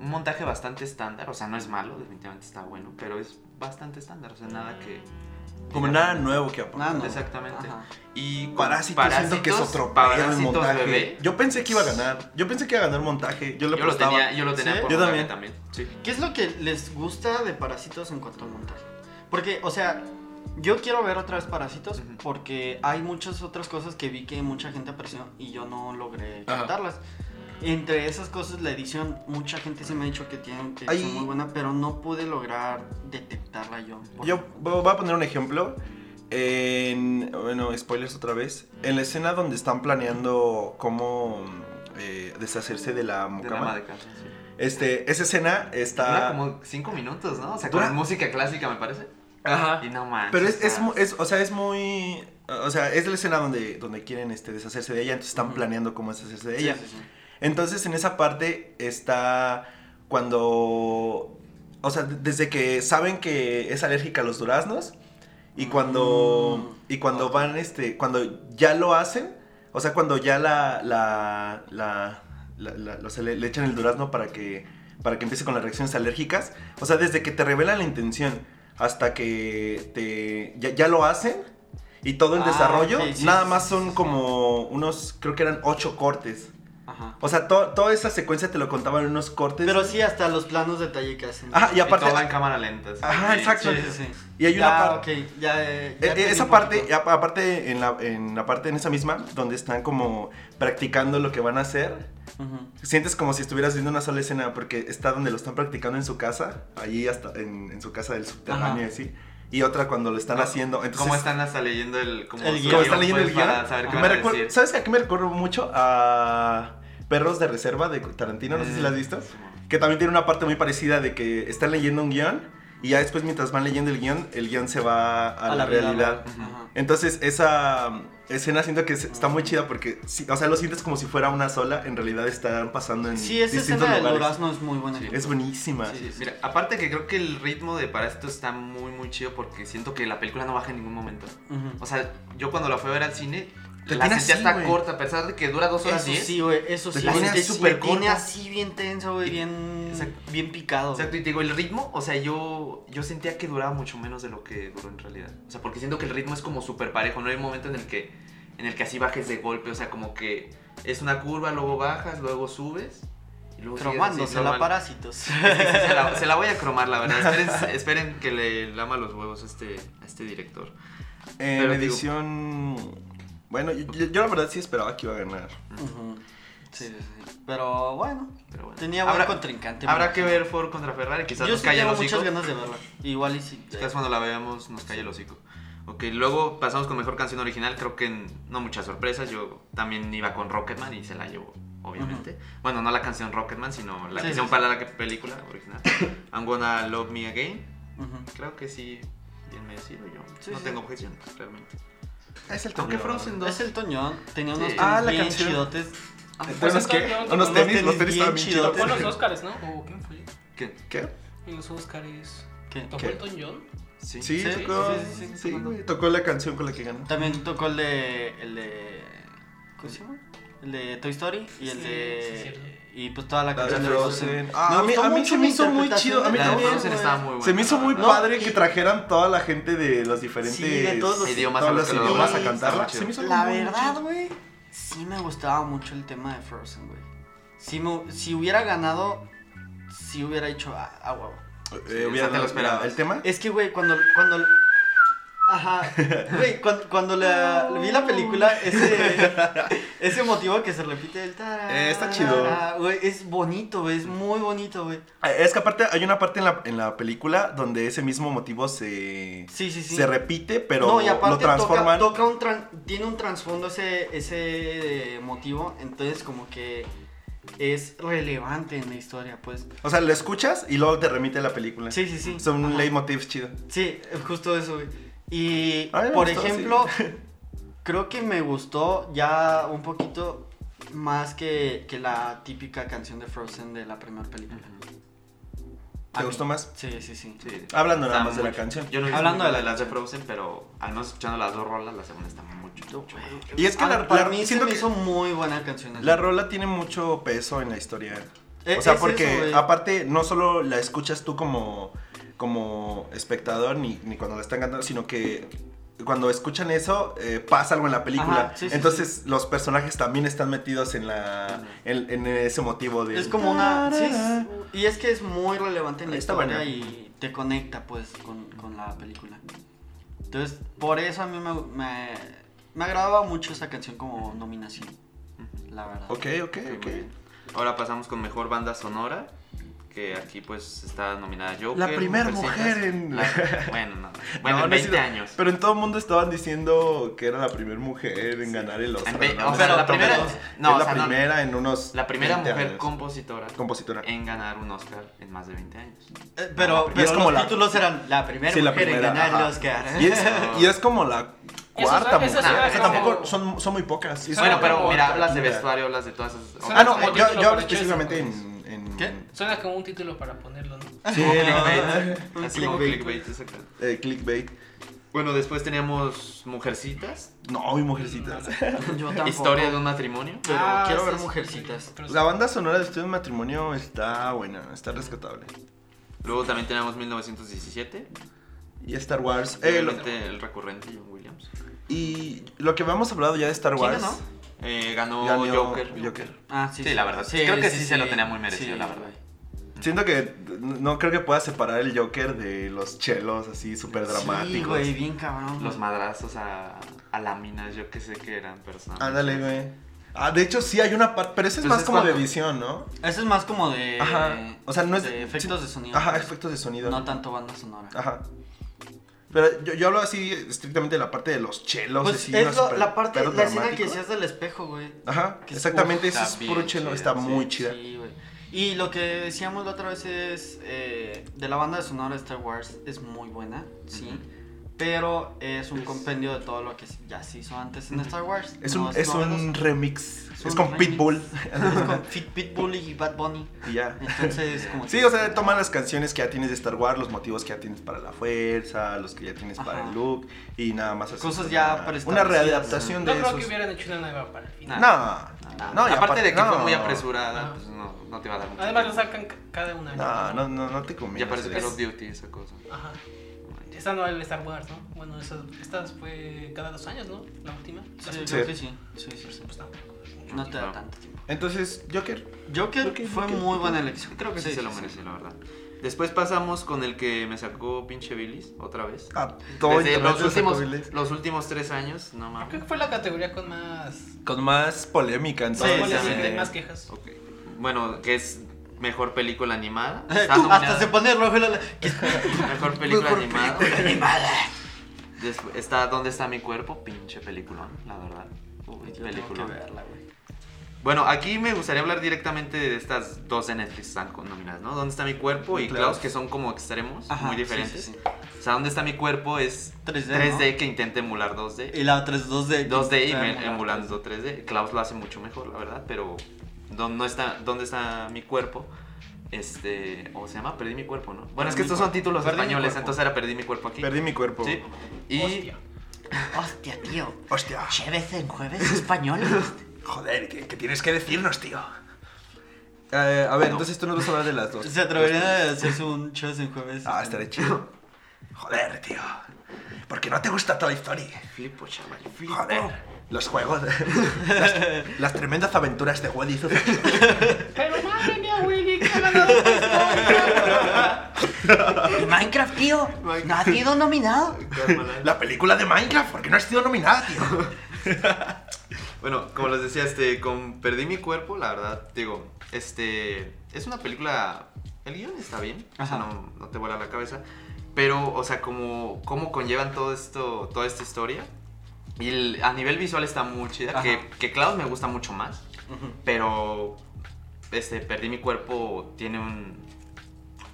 un montaje bastante estándar, o sea, no es malo, definitivamente está bueno, pero es bastante estándar, o sea, nada que... Mm. Como diga- nada nuevo que aportar. Nada, no. Exactamente. Ajá. Y con Parásitos, siento que es otro pedo el Parásitos montaje. bebé. Yo, Yo pensé que iba a ganar. Yo pensé que iba a ganar montaje. Yo le lo apostaba. tenía, yo lo tenía ¿Sí? por Yo montaje también. Sí. ¿Qué es lo que les gusta de Parásitos en cuanto al montaje? Porque, o sea, yo quiero ver otra vez Parásitos Ujú. porque hay muchas otras cosas que vi que mucha gente apreció y yo no logré Ajá. captarlas. Entre esas cosas, la edición, mucha gente sí me ha dicho que tiene que Ahí- es muy buena, pero no pude lograr detectarla yo. por- Yo vo- voy a poner un ejemplo. En, bueno, spoilers otra vez. En la escena donde están planeando cómo eh, deshacerse de la De dama mucama. de casa, sí. Este, esa escena Dura está. como 5 minutos, ¿no? O sea, Dura- con música clásica, me parece. Ajá. Y no manches. Pero es, es, ah, mu- es- o sea, es muy, o sea, es la escena donde, donde quieren este, deshacerse de ella, entonces están Ujú. planeando cómo deshacerse de Sí, ella. sí, sí. Entonces en esa parte está cuando, o sea, desde que saben que es alérgica a los duraznos y cuando, Mm. y cuando van, este, cuando ya lo hacen, o sea, cuando ya la, la, la, la- la- o sea, le, le echan el durazno para que, para que empiece con las reacciones alérgicas, o sea, desde que te revelan la intención hasta que te, ya, ya lo hacen. Y todo el Ah, desarrollo, ok, sí, nada sí, más sí, son sí. como unos, creo que eran ocho cortes. Ajá. O sea, to- toda esa secuencia te lo contaban en unos cortes. Pero sí, hasta los planos detalle que hacen. Pues Ajá, y Y aparte. todo va en cámara lenta. sí. Ajá, Sí, exacto. Sí, sí, sí. Y hay una Ya, parte. ok, ya, eh, ya eh, eh, entendí Esa un parte, poquito. a- aparte en la, en la parte en esa misma, donde están como practicando lo que van a hacer, Ujú. sientes como si estuvieras viendo una sola escena, porque está donde lo están practicando en su casa, allí hasta en, en su casa del subterráneo y Ajá. así, y otra cuando lo están No, haciendo. Entonces, Ah, ¿Cómo están hasta leyendo el, como El su guión? como están leyendo pues, el guión? Para saber qué me van a recuer- decir. ¿Sabes que aquí me recuerdo mucho a Perros de Reserva de Tarantino? No sé si la has visto. Sí, mo. Que también tiene una parte muy parecida de que están leyendo un guión y ya después mientras van leyendo el guión, el guión se va a, la, vida, realidad. ¿no? Ajá. Entonces esa mm, escena siento que es- está muy chida porque, sí, o sea, lo sientes como si fuera una sola, en realidad están pasando en Sí, esa distintos escena del lugares. durazno es muy buena. Sí. Es buenísima. Sí, sí. Mira, aparte que creo que el ritmo de Parásitos está muy, muy chido porque siento que la película no baja en ningún momento. Ujú. O sea, yo cuando la fui a ver al cine, Te la tiene sentía así, hasta güey. corta, a pesar de que dura dos horas Eso diez. Pues sí, güey, eso Te sí. tiene güey, así te super corta. tiene así bien tenso, güey, Y- bien, exacto. bien picado. güey. Exacto, y te digo, el ritmo, o sea, yo, yo sentía que duraba mucho menos de lo que duró en realidad. O sea, porque siento que el ritmo es como súper parejo, no hay un momento en el que en el que así bajes de golpe, o sea, como que es una curva, luego bajas, luego subes. Y luego sigues así, Cromándose la normal. parásitos. Es que sí, se, la, se la voy a cromar, la verdad. Esperen, esperen que le lama los huevos a este, a este director. En Pero digo- edición... Bueno, yo, yo- yo la verdad sí esperaba que iba a ganar. Ujú. Sí, sí, sí. Pero bueno, Pero bueno. tenía buen habrá, contrincante. habrá me que imagino. ver Ford contra Ferrari, quizás Yo nos sí calle el tengo hocico. muchas ganas de verla. Igual y sí. Quizás cuando la veamos nos calle el hocico. Ok, luego pasamos con mejor canción original. Creo que n- no muchas sorpresas. Yo también iba con Rocketman y se la llevó, obviamente. Bueno, no la canción Rocketman, sino la Sí, canción sí, sí. para la que- película original. I'm gonna love me again. Ujú. Creo que sí, bien merecido yo. Sí, no sí. tengo objeción, realmente. Es el Aunque toque Frozen dos- Es el Toñón, tenía Sí. unos Ah, tenis la bien canción. chidotes. ¿Unos qué? Entonces, ¿Unos yo- tenis? unos Los tenis tenis estaban bien bien chidos. chidos. Tocó los Oscars, ¿no? ¿O quién fue? ¿Qué? ¿Qué? En los Oscars. que- ¿Tocó ¿Qué? Elton John? Sí. Sí, Sí, tocó, sí, sí, sí, sí, tocó. güey, tocó la canción con la que ganó. También tocó el de. El de ¿Cómo se llama? El de Toy Story y Sí, sí, el es de. cierto. y pues toda la La de canción de Frozen. Frozen. Ah, a mí- gustó a mí mucho se me la hizo muy interpretación chido, a mí la de La de también, Frozen güey. estaba muy buena. Se me hizo muy la No, verdad. padre y- que trajeran toda la gente de los diferentes Sí, de todos los- Idiomas a los que lo idiomas van. a cantarla. Sí, Se me hizo La muy verdad, chido. güey, sí me gustaba mucho el tema de Frozen, güey. Si, me- si hubiera ganado, si hubiera hecho a, a huevo. eh, hubiera esa te la dado esperabas. el tema. Es que, güey, cuando. cuando Ajá, güey, cuando, cuando la, vi la película, ese, ese motivo que se repite el tará, Eh, está chido. güey, es bonito, güey, es muy bonito, güey. Eh, Es que aparte hay una parte en la, en la película donde ese mismo motivo se, Sí, sí, sí. se repite, pero no, y aparte lo transforman. toca, toca un tran- tiene un trasfondo ese, ese eh, motivo, entonces como que es relevante en la historia, pues. O sea, lo escuchas y luego te remite a la película. Sí, sí, sí. Eh, Son Ajá. leitmotivs chido. Sí, es justo eso, güey. Y A mí me por gustó, ejemplo, creo que me gustó ya un poquito más que, que la típica canción de Frozen de la primera película. A ¿Te mí. gustó más? Sí, sí, sí. Sí. Hablando nada Está más de muy- la canción. Yo no he visto Hablando Hablando de de la las de Frozen, pero al menos escuchando las dos rolas, la segunda está mucho, mucho mejor. Y es que Ah, la, para la- mí se siento me que hizo muy buena canción. la rola tiene mucho peso en la historia. Eh, o sea, es eso, porque güey. aparte no solo la escuchas tú como, como espectador ni, ni cuando la están cantando, sino que cuando escuchan eso eh, pasa algo en la película. Ajá, sí, sí, Entonces los personajes también están metidos en la en, en ese motivo de... Es como una... sí, es- y es que es muy relevante en la Está historia buena. y te conecta pues con, con la película. Entonces, por eso a mí me, me, me agradaba mucho esta canción como nominación, la verdad. Ok, ok, Sí, muy ok. bien. Ahora pasamos con mejor banda sonora, que aquí pues está nominada Joker. La primer Mujercitas, mujer en- la- Bueno, no. Bueno, No, en no ha 20 sido- años. Pero en todo el mundo estaban diciendo que era la primera mujer en ganar el Oscar. En ve- ¿no? o sea, la Top primera- dos. no, es o la sea, no- primera en unos. La primera 20 mujer años. compositora compositora. en ganar un Oscar en más de 20 años. Eh, pero Y pero es como los la- títulos eran la primera Sí, la mujer primera, en ganar ajá. el Oscar. Y es, y es como la cuarta esa sí mujer. era que como- tampoco son, son muy pocas. Es bueno, como pero la mira, cuarta, hablas de quinta. vestuario, hablas de todas esas. Son- Ah, no, Como yo, título, yo por hablo hecho, específicamente eso, en, en- ¿Qué? Suena como un título para ponerlo, ¿no? Sí, no, clickbait, Así Clickbait. como clickbait, exacto. eh, clickbait. Bueno, después teníamos Mujercitas, No, mi mujercitas. Yo tampoco. Historia de un matrimonio. Pero Ah, quiero sí, ver sí, mujercitas. sí, pero La banda sonora de Estudio en Matrimonio está buena, está rescatable. Luego también teníamos 1917. Y Star Wars. eh, lo- obviamente el recurrente John Williams. y lo que habíamos hablado ya de Star ¿Quién Wars. ganó? Eh, ganó ganó Joker. Ah, Sí, la verdad, creo que sí se lo tenía muy merecido, la verdad. Siento que no no creo que pueda separar el Joker de los chelos así súper Sí, dramáticos. güey, bien cabrón. Los güey. madrazos a, a láminas, yo que sé que eran personas. Ándale, güey. Ah, de hecho sí hay una parte, pero eso es Pues más es como de cuando- edición, ¿no? Eso es más como de. Ajá. O sea, no es de efectos de sonido. Ajá, pues. efectos de sonido. No tanto banda sonora. Ajá. Pero yo, yo hablo así estrictamente de la parte de los chelos. Pues así, es una lo- super- la parte, perro la escena dramático. que decías del espejo, güey. Ajá, que es- exactamente, uf, eso es está puro bien chelo, chida, está sí, muy chida. Sí, güey. Y lo que decíamos la otra vez es eh, de la banda sonora de Star Wars es muy buena, sí. Pero es un compendio de todo lo que ya se hizo antes en Star Wars. Es No un, es novedoso. un remix, Es es, un con remix. Pitbull. Es con Fit- Pitbull y Bad Bunny. y ya. Entonces, como. Sí, que- o sea, toma las canciones que ya tienes de Star Wars, los motivos que ya tienes para la fuerza, los que ya tienes para Ajá. el look y nada más. haces Cosas ya una, una preestablecidas, ¿eh? readaptación No de creo esos. que hubieran hecho una nueva para el final. No, Ah, No, no, y aparte, de que fue no. muy apresurada, No. pues no, no te va a dar mucho. Además lo tiempo. sacan ca- cada un año. No, no, no, no te conviene. Ya parece hacer Call eso. of Duty esa cosa. Ajá. Esta no el Star Wars, ¿no? Bueno, esa- esta fue cada dos años, ¿no? La última. La Sí, última, Sí. creo que sí. Sí, sí, sí. pues, tampoco. No te da tanto tiempo. Entonces, Joker. Joker Joker, fue Joker. muy buena elección. Creo que sí, se lo mereció, la verdad. Después pasamos con el que me sacó pinche Billis otra vez. A todo Desde internet los se sacó últimos, Billis. los últimos tres años, no Creo mames. que fue la categoría con más. Con más polémica, más entonces. este, polémica sí. y más quejas. Ok. Bueno, que es mejor película animada. Eh, Está tú, nominada- hasta se pone rojo la. que- Mejor película Mejor animada. Después, está ¿Dónde está mi cuerpo? Pinche peliculón, la verdad. Uy, peliculón. Bueno, aquí me gustaría hablar directamente de estas dos de Netflix que están con- nominadas, ¿no? ¿Dónde está mi cuerpo? Y Claro. Klaus, que son como extremos, Ajá, muy sí, diferentes. sí, sí. O sea, ¿Dónde está mi cuerpo? Es 3D, 3D, que intenta emular 2D. Y la otra es 2D. 2D y Está me- muy emulando 3D. Klaus lo hace mucho mejor, la verdad, pero no, no está, ¿dónde está mi cuerpo? Este, o se llama Perdí mi cuerpo, ¿no? Bueno, Perdí es que mi estos cuerpo. son títulos Perdí mi españoles, cuerpo. entonces era Perdí mi cuerpo aquí. Perdí mi cuerpo. Sí. Y Hostia. Hostia, tío. Hostia. Chévez en jueves español. Joder, ¿qué, qué tienes que decirnos, tío? Eh, a ver, entonces tú nos vas a hablar de las dos. ¿Se atreverían a hacerse un shows en jueves? Ah, estaré chido. Joder, tío. ¿Por qué no te gusta Toy Story? flipo, chaval, flipo. Joder. Los juegos. las, las tremendas aventuras de Woody y sus amigos. Pero madre mía, Willy, que ha ganado esta historia. eh, ¿Y Minecraft, tío? ¿No ha sido nominado? La película de Minecraft, porque no has sido nominada, tío. Bueno, como les decía, este, con Perdí mi cuerpo, la verdad, digo, este, es una película, el guión está bien, o sea, Ajá. no, no te vuela la cabeza, pero, o sea, como, cómo conllevan todo esto, toda esta historia, y el- a nivel visual está muy chida, Ajá. que, que Klaus me gusta mucho más, pero, este, Perdí mi cuerpo tiene un,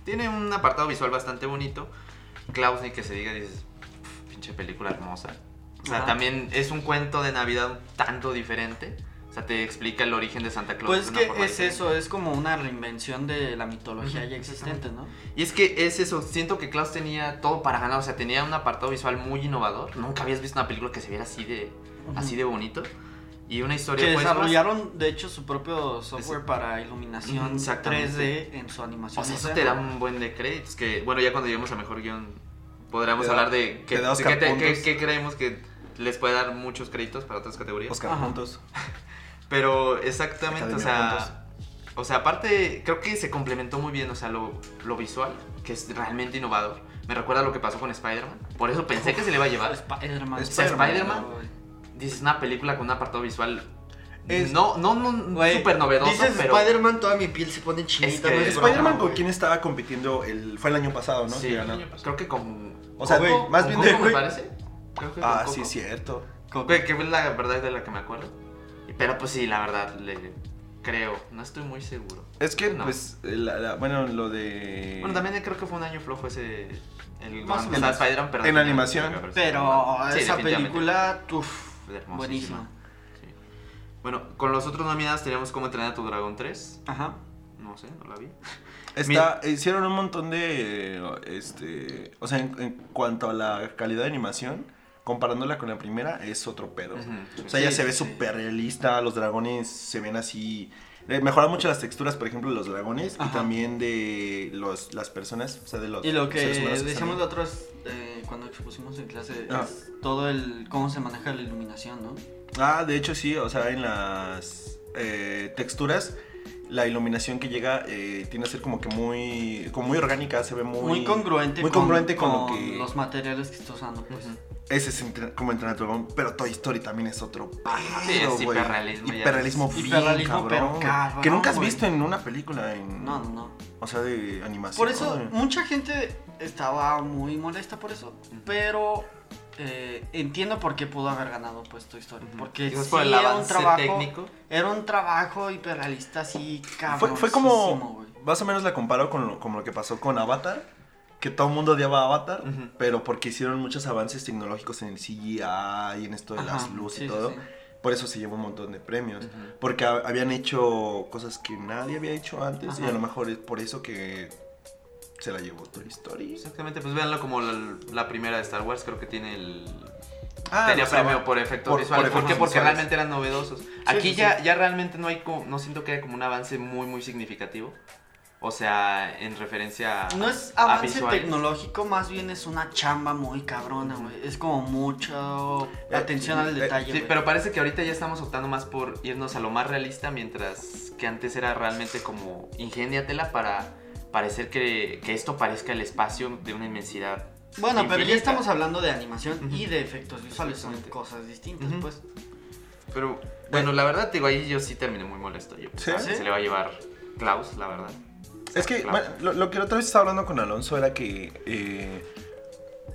tiene un apartado visual bastante bonito, Klaus ni que se diga, dices, "Pf, pinche película hermosa. O sea, Ajá. también es un cuento de Navidad un tanto diferente. O sea, te explica el origen de Santa Claus. Pues de es una que forma es diferente. eso, es como una reinvención de la mitología Ujú, ya existente, ¿no? Y es que es eso. Siento que Klaus tenía todo para ganar. O sea, tenía un apartado visual muy innovador. Nunca habías visto una película que se viera así de, así de bonito. Y una historia Que pues, más- desarrollaron, de hecho, su propio software para Ujú, iluminación exactamente. 3D en su animación. O sea, eso moderna. te da un buen de créditos. Que, bueno, ya cuando lleguemos a mejor guión, podríamos Te da- hablar de te qué da de Oscar qué te- qué- puntos. qué creemos que les puede dar muchos créditos para otras categorías. Oscar Ajá. juntos. Pero exactamente, o Academia sea, o sea, aparte creo que se complementó muy bien, o sea, lo, lo visual, que es realmente innovador. Me recuerda lo que pasó con Spider-Man. Por eso pensé que se le iba a llevar. Spider-Man. Es- Spider-Man, Spider-Man. Dices una película con un apartado visual Es- no no no Güey, súper novedoso, dices pero Spider-Man, toda mi piel se pone chinita, Es no que... es broma. Eh, Spider-Man con güey. quién estaba compitiendo el fue el año pasado, ¿no? Sí, Que el ganó. año pasado. creo que con O sea, Coco- más con bien de- Coco, me parece. Creo que con Ah, Coco. sí, es cierto. Güey, que es la verdad de la que me acuerdo. Pero pues sí, la verdad le creo, no estoy muy seguro. Es que, No. pues, eh, la- la- bueno, lo de. Bueno, también creo que fue un año flojo ese. El Más o cuando estaba menos. Spider-Man, pero En tenía- animación. Pero Sí, esa definitivamente. película, uff, Fue hermosísima. buenísima. Sí. Bueno, con los otros nominados teníamos como entrenar a tu dragón 3. Ajá. No sé, no la vi. Está, eh, hicieron un montón de. eh, Este. O sea, en, en cuanto a la calidad de animación, comparándola con la primera, es otro pedo. Ujú. O sea, ya Sí, se ve sí. súper realista, los dragones se ven así. eh, Mejoran mucho las texturas, por ejemplo, de los dragones y Ajá. también de los, las personas, o sea, de los. Y lo que seres humanos que salen. decíamos la otra vez eh, cuando expusimos en clase Ah. es todo el cómo se maneja la iluminación, ¿no? Ah, de hecho sí, o sea, en las eh, texturas, la iluminación que llega eh, tiene que ser como que muy, como muy orgánica, se ve muy... Muy, congruente, Muy con- congruente con, con lo que... los materiales que está usando, pues. Ese es entre- como entrenar tu dragón, pero Toy Story también es otro Ah, Sí, es pedo, güey. hiperrealismo, ya Hiperrealismo es- bien hiperrealismo, cabrón, pero cabrón, Que nunca has güey. visto en una película, en, No, no, no. o sea, de animación. Por eso, güey. mucha gente estaba muy molesta por eso, pero eh, entiendo por qué pudo haber ganado pues Toy Story. Porque Quizás sí por el era un avance trabajo, técnico. era un trabajo hiperrealista así, cabrón. Fue, fue como, más o menos la comparo con lo, como lo que pasó con Avatar, que todo el mundo odiaba a Avatar, Ujú. pero porque hicieron muchos avances tecnológicos en el CGI y en esto de las luces y todo, por eso se llevó un montón de premios, Ujú. porque ha- habían hecho cosas que nadie había hecho antes y a Ajá. lo mejor es por eso que se la llevó Toy Story. Exactamente, pues véanlo como la, la primera de Star Wars, creo que tiene el. Ah, tenía los premio ava- por efectos por- visuales. por ¿Por qué? efectos Porque visuales. realmente eran novedosos. Aquí sí, ya, ya realmente no hay como, no siento que haya como un avance muy, muy significativo. O sea, en referencia a. No es a avance visuales. tecnológico, más bien es una chamba muy cabrona, güey. Es como mucho Eh, atención al eh, detalle, Sí, güey. pero parece que ahorita ya estamos optando más por irnos a lo más realista, mientras que antes era realmente como ingéniatela para parecer que, que esto parezca el espacio de una inmensidad. Bueno, pero ya infinita. estamos hablando de animación y Ujú. de efectos visuales, son Exactamente. cosas distintas, Ujú. pues. Pero bueno, la verdad, te digo, ahí yo sí terminé muy molesto. Yo ¿Sí? pensaba que se le va a llevar Klaus, la verdad. Es que Claro. bueno, lo, lo que la otra vez estaba hablando con Alonso era que eh,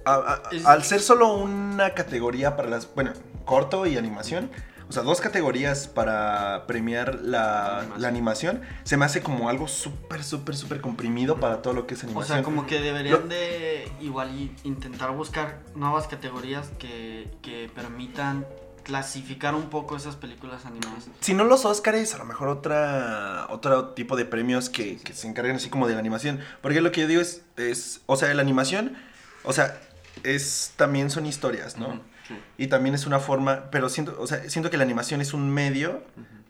a- a- Es- al ser solo una categoría para las, bueno, corto y animación, o sea, dos categorías para premiar la, Animación. la animación, se me hace como algo súper, súper, súper comprimido para todo lo que es O animación. sea, como que Lo- deberían de igual y intentar buscar nuevas categorías que, que permitan clasificar un poco esas películas animadas. Si no los Óscares, a lo mejor otra, otro tipo de premios que, que se encarguen así como de la animación. Porque lo que yo digo es, es, o sea, la animación, o sea, es, también son historias, ¿no? Ujú, sí. Y también es una forma, pero siento, o sea, siento que la animación es un medio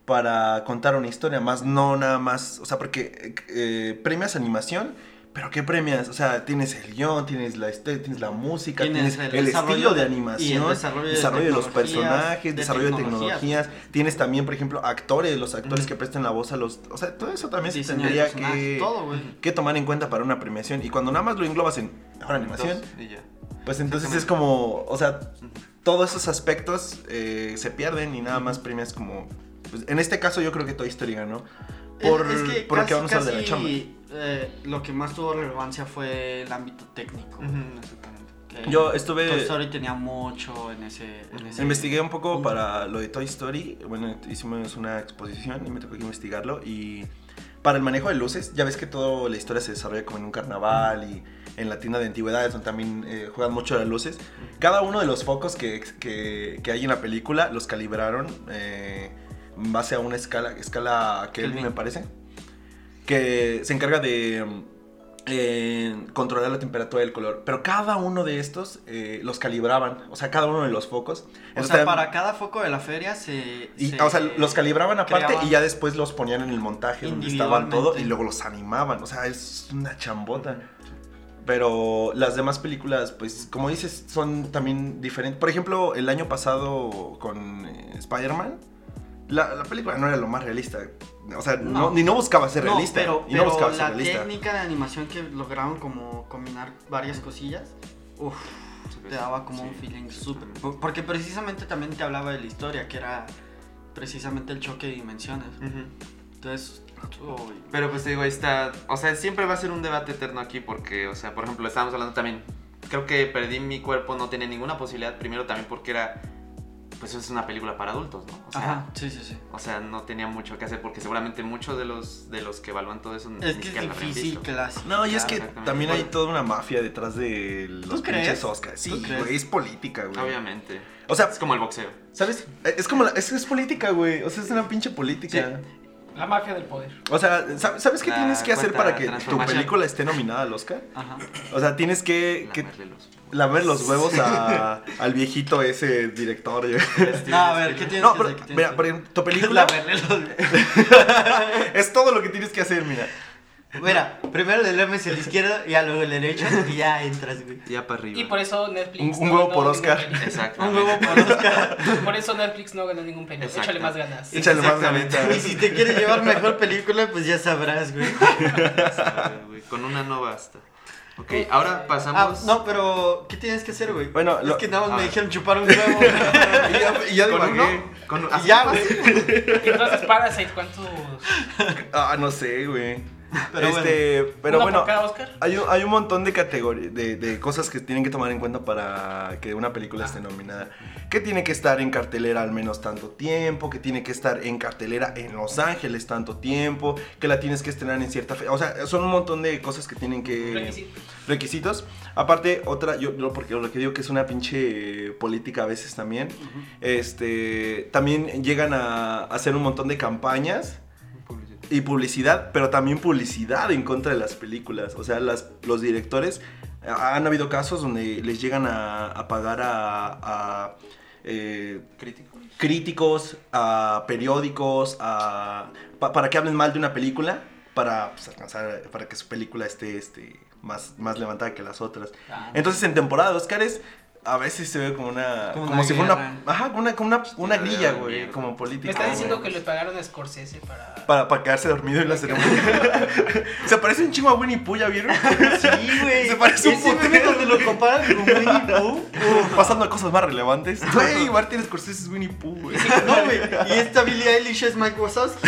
para contar una historia, más no nada más, o sea, porque eh, eh, premias animación, ¿Pero qué premias? O sea, tienes el guión, tienes la, este- tienes la música, Tienes tienes, el el, desarrollo estilo de de- animación, y el desarrollo de los tecnologías, personajes, de desarrollo de tecnologías. tecnologías. Tienes también, por ejemplo, actores, los actores Ujú. que prestan la voz a los... O sea, todo eso también se Diseño de tendría personajes, que, todo, güey. que tomar en cuenta para una premiación. Y cuando nada más lo englobas en mejor animación, Dos, y ya. pues entonces Exactamente. es como, o sea, todos esos aspectos eh, se pierden y nada más premias como... pues, en este caso yo creo que Toy Story ganó. Por, Es- es que por lo casi- que vamos a hablar de la casi, chamba. eh, lo que más tuvo relevancia fue el ámbito técnico. Ujú, exactamente. que Yo estuve- Toy Story tenía mucho en ese. En ese Pues, Investigué un poco punto. para lo de Toy Story. Bueno, hicimos una exposición y me tocó que investigarlo. Y para el manejo de luces, ya ves que toda la historia se desarrolla como en un carnaval y en la tienda de antigüedades, donde también eh, juegan mucho las luces. Cada uno de los focos que, que- que hay en la película los calibraron eh, en base a una escala, escala Kelvin, Kelvin. me parece, que se encarga de. mm, eh, controlar la temperatura del color, pero cada uno de estos eh, los calibraban, o sea, cada uno de los focos. O Entonces, también- sea, para cada foco de la feria se. y, se- o sea, los calibraban aparte creaban- y ya después los ponían en el montaje donde estaban Individualmente. todo y luego los animaban. O sea, es una chambota. Pero las demás películas, pues, como dices, son también diferentes. Por ejemplo, el año pasado con eh, Spider-Man, la, la película no era lo más realista. O sea, no, No. ni no buscaba ser No, realista. pero, y no pero buscaba la ser realista. técnica de animación que lograron como combinar varias cosillas, uff, te daba como un Sí. feeling súper. por- Porque precisamente también te hablaba de la historia, que era precisamente el choque de dimensiones. Ujú. Entonces, uy, Pero pues te digo, ahí está. O sea, siempre va a ser un debate eterno aquí porque, o sea, por ejemplo, estábamos hablando también. Creo que perdí mi cuerpo, no tenía ninguna posibilidad. Primero también porque era. Pues es una película para adultos, ¿no? O sea, ajá, sí, sí, sí. O sea, no tenía mucho que hacer porque seguramente muchos de los, de los que evalúan todo eso Es que es la habrían difícil visto. que las. No, y es que Ah, Exactamente. también hay Bueno. toda una mafia detrás de los crees? pinches Oscars. ¿Tú Sí, crees? güey, es política, güey. Obviamente. O sea, Es como el boxeo. ¿Sabes? Eh, Es como la, es, es política, güey. O sea, es una pinche política. La mafia del poder. O sea, ¿sab- ¿sabes qué La tienes que hacer cuarta para que tu transformación. película esté nominada al Oscar? Ajá. O sea, tienes Eh, que, que Lamerle los- lamer los huevos a- al viejito ese director. yo- No, a ver, ¿qué tienes este, No, que pero, hacer? ¿Qué tienes mira, que por hacer? ejemplo, tu película Lamerle los- es todo lo que tienes que hacer, mira. Mira, primero le lames el izquierdo y ya luego el derecho y ya entras, güey. Ya para arriba. Y por eso Netflix. Un- un huevo por ganó Oscar. ningún premio. Exacto. Un huevo por Oscar. Por eso Netflix no ganó ningún premio. Exacto. Échale más ganas. Échale más Exactamente. ganita. Y si te quieres llevar mejor película, pues ya sabrás, güey. Con una no basta. Ok, ahora Ah, pasamos. no, pero ¿qué tienes que hacer, güey? Bueno, es lo- que nada más a me ver. dijeron chupar un huevo. güey. Ah. Y ya, y ya con uno. divagué. Con, Y ya, güey. Entonces, Parasite, ¿cuántos? Ah, no sé, güey. Pero este, pero ¿Uno bueno. por cada Oscar? Hay un, hay un montón de categorías, de, de cosas que tienen que tomar en cuenta para que una película esté nominada. Que tiene que estar en cartelera al menos tanto tiempo, que tiene que estar en cartelera en Los Ángeles tanto tiempo, que la tienes que estrenar en cierta fecha. O sea, son un montón de cosas que tienen que... Requisitos. requisitos. Aparte, otra, yo lo, porque, lo que digo que es una pinche eh, política a veces también, este, también llegan a hacer un montón de campañas y publicidad, pero también publicidad en contra de las películas. O sea, las, los directores eh, han habido casos donde les llegan a, a pagar a, a, eh, Crítico. críticos, a periódicos, a, pa- para que hablen mal de una película, para pues, alcanzar, para que su película esté este, más, más levantada que las otras. Ah, Entonces en temporada de Oscars a veces se ve como una... Como Como, una si fuera guerra. una... Ajá, como una, como una, una una grilla, guerra, güey, mierda. como política. Me están diciendo güey. que le pagaron a Scorsese para. Para, para quedarse dormido en la ceremonia. se parece un chingo a Winnie Pooh, ¿ya vieron? Sí, güey. Se parece un Ese meme putero, cuando lo comparan con Winnie Pooh. Pasando a cosas más relevantes. Güey, Martin Scorsese es Winnie Pooh, güey. No, güey. Y esta Billie Eilish es Mike Wazowski.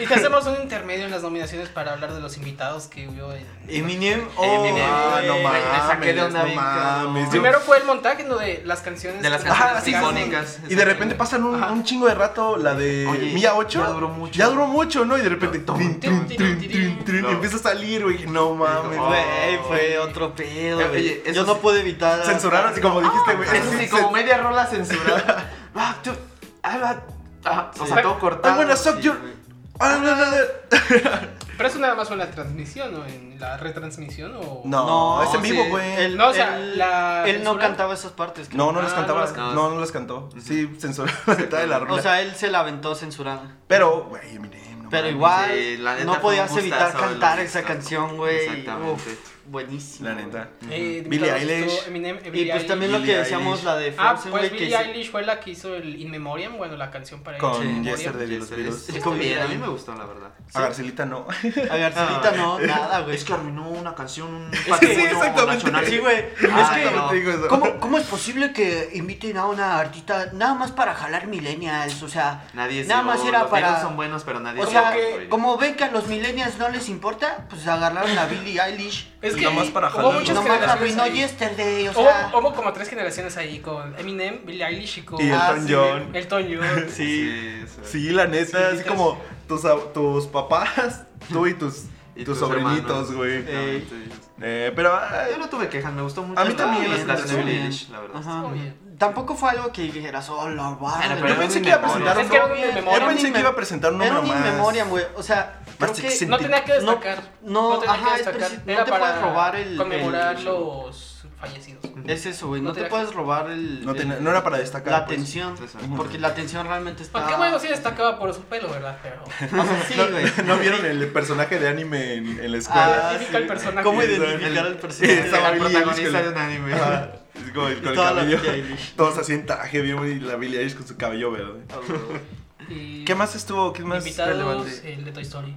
Y que hacemos un intermedio en las nominaciones para hablar de los invitados que hubo. en- Eminem. Oh, Eminem. Ah, no güey. mames, me saqué de onda no bien, mames. cabrón. yo- Primero fue el montaje ¿no? de las canciones. De las que- canciones Ah, sí, icónicas. Y de repente pasan un, un chingo de rato la de Oye, Milla 8. ya duró mucho. Ya duró mucho, ¿no? Y de repente. No, trin, toma. trin, trin, trin, trin, No. "Oh, y Empieza a salir, güey. dije, No mames. No. Güey, fue otro pedo, Eh, güey. oye, eso Yo no sí. pude evitar. Censuraron así como dijiste, güey. Eso así, sí, cen- como media rola censurada. Ah, tú- ah, ah, ah, O sea, todo cortado. I'm gonna suck sí, your- güey. Ah, no, no, no. Pero eso nada más fue en la transmisión o en la retransmisión o. No, No, es en sí, vivo, güey. Él- No, o sea, él- la Él no censura- cantaba esas partes. creo. No, no las Ah, cantaba. no las No, cantaba. no, las cantó. Sí, censuraron la mitad de la O rola. sea, él se la aventó censurada. Pero, güey, Eminem. no Pero mames. igual, Sí, la neta no fue podías un evitar gustazo cantar verlos. esa canción, güey. Exactamente. Uf, buenísimo. La neta. Eh, de Billie invitados estuvo Eilish. Eminem, eh, Y Billie pues también lo Billie que decíamos, Eilish. la de Ah, Frozen, pues güey, que Billie sí. Eilish fue la que hizo el In Memoriam, bueno, la canción para Con ella. In Yesterday. Memoriam. De los Beatles. Está Con- bien, a mí me gustó, la verdad. A Garcelita no. A Garcelita no, nada, güey. Ah, Es que arruinó una canción, un sí, patrimonio exactamente. nacional. Sí, güey. Ah, es que no. Te digo eso. ¿Cómo, ¿Cómo es posible que inviten a una artista nada más para jalar millennials? O sea, Nadie es nada Dios, más era los para... Beatles son buenos, pero nadie O es sea, Dios, güey. como ven que a los millennials no les importa, pues agarraron a Billie Eilish. Es que Nomás para hubo jalar. muchas Nomás generaciones arruinó ahí. Yesterday, o sea... Hubo, hubo como tres generaciones ahí con Eminem, Billie Eilish y con Y Ah, Elton sí. John. Elton John. Sí. sí. Sí, la neta, Sí, así sí. como tus, ab- tus papás, tú y tus, Y tus tus sobrinitos, hermanos. güey. Eh, Eh, pero ay, Ah, Yo no tuve quejas, me gustó mucho. A mí la- también la las canción de canciones. Billie Eilish, la verdad. Ajá. Estuvo bien. Tampoco fue algo que dijeras, oh, la barra. Bueno, yo Ah, pero pensé era que iba a un presentar Es que era otro. un in memoriam. Yo pensé que iba a presentar un Era número un más. memoria, güey. O sea, Más creo que... sexy. No tenía que destacar. no, tenía ajá, que es destacar. preci- no Era te para puedes robar el- conmemorar el- los fallecidos. Es eso, güey. No, No te tenía- puedes robar el... No, el- tenía- no era para destacar. La pues. atención. Exacto. Porque la atención realmente está... Ah. Aunque bueno, sí destacaba por su pelo, ¿verdad? Pero. O sea, sí, güey. ¿No vieron el personaje de anime en, en la escuela? Ah, Identifica el personaje. ¿Cómo El- identificar al el- personaje? Estaba el Billie protagonista Eilish con- de un anime. Ajá. Es como el- con el Toda la cabello. Billie Eilish. Todos así en traje, bien y la Billie Eilish con su cabello verde. Y ¿Qué más estuvo? ¿Qué es más invitados, relevante? el de Toy Story.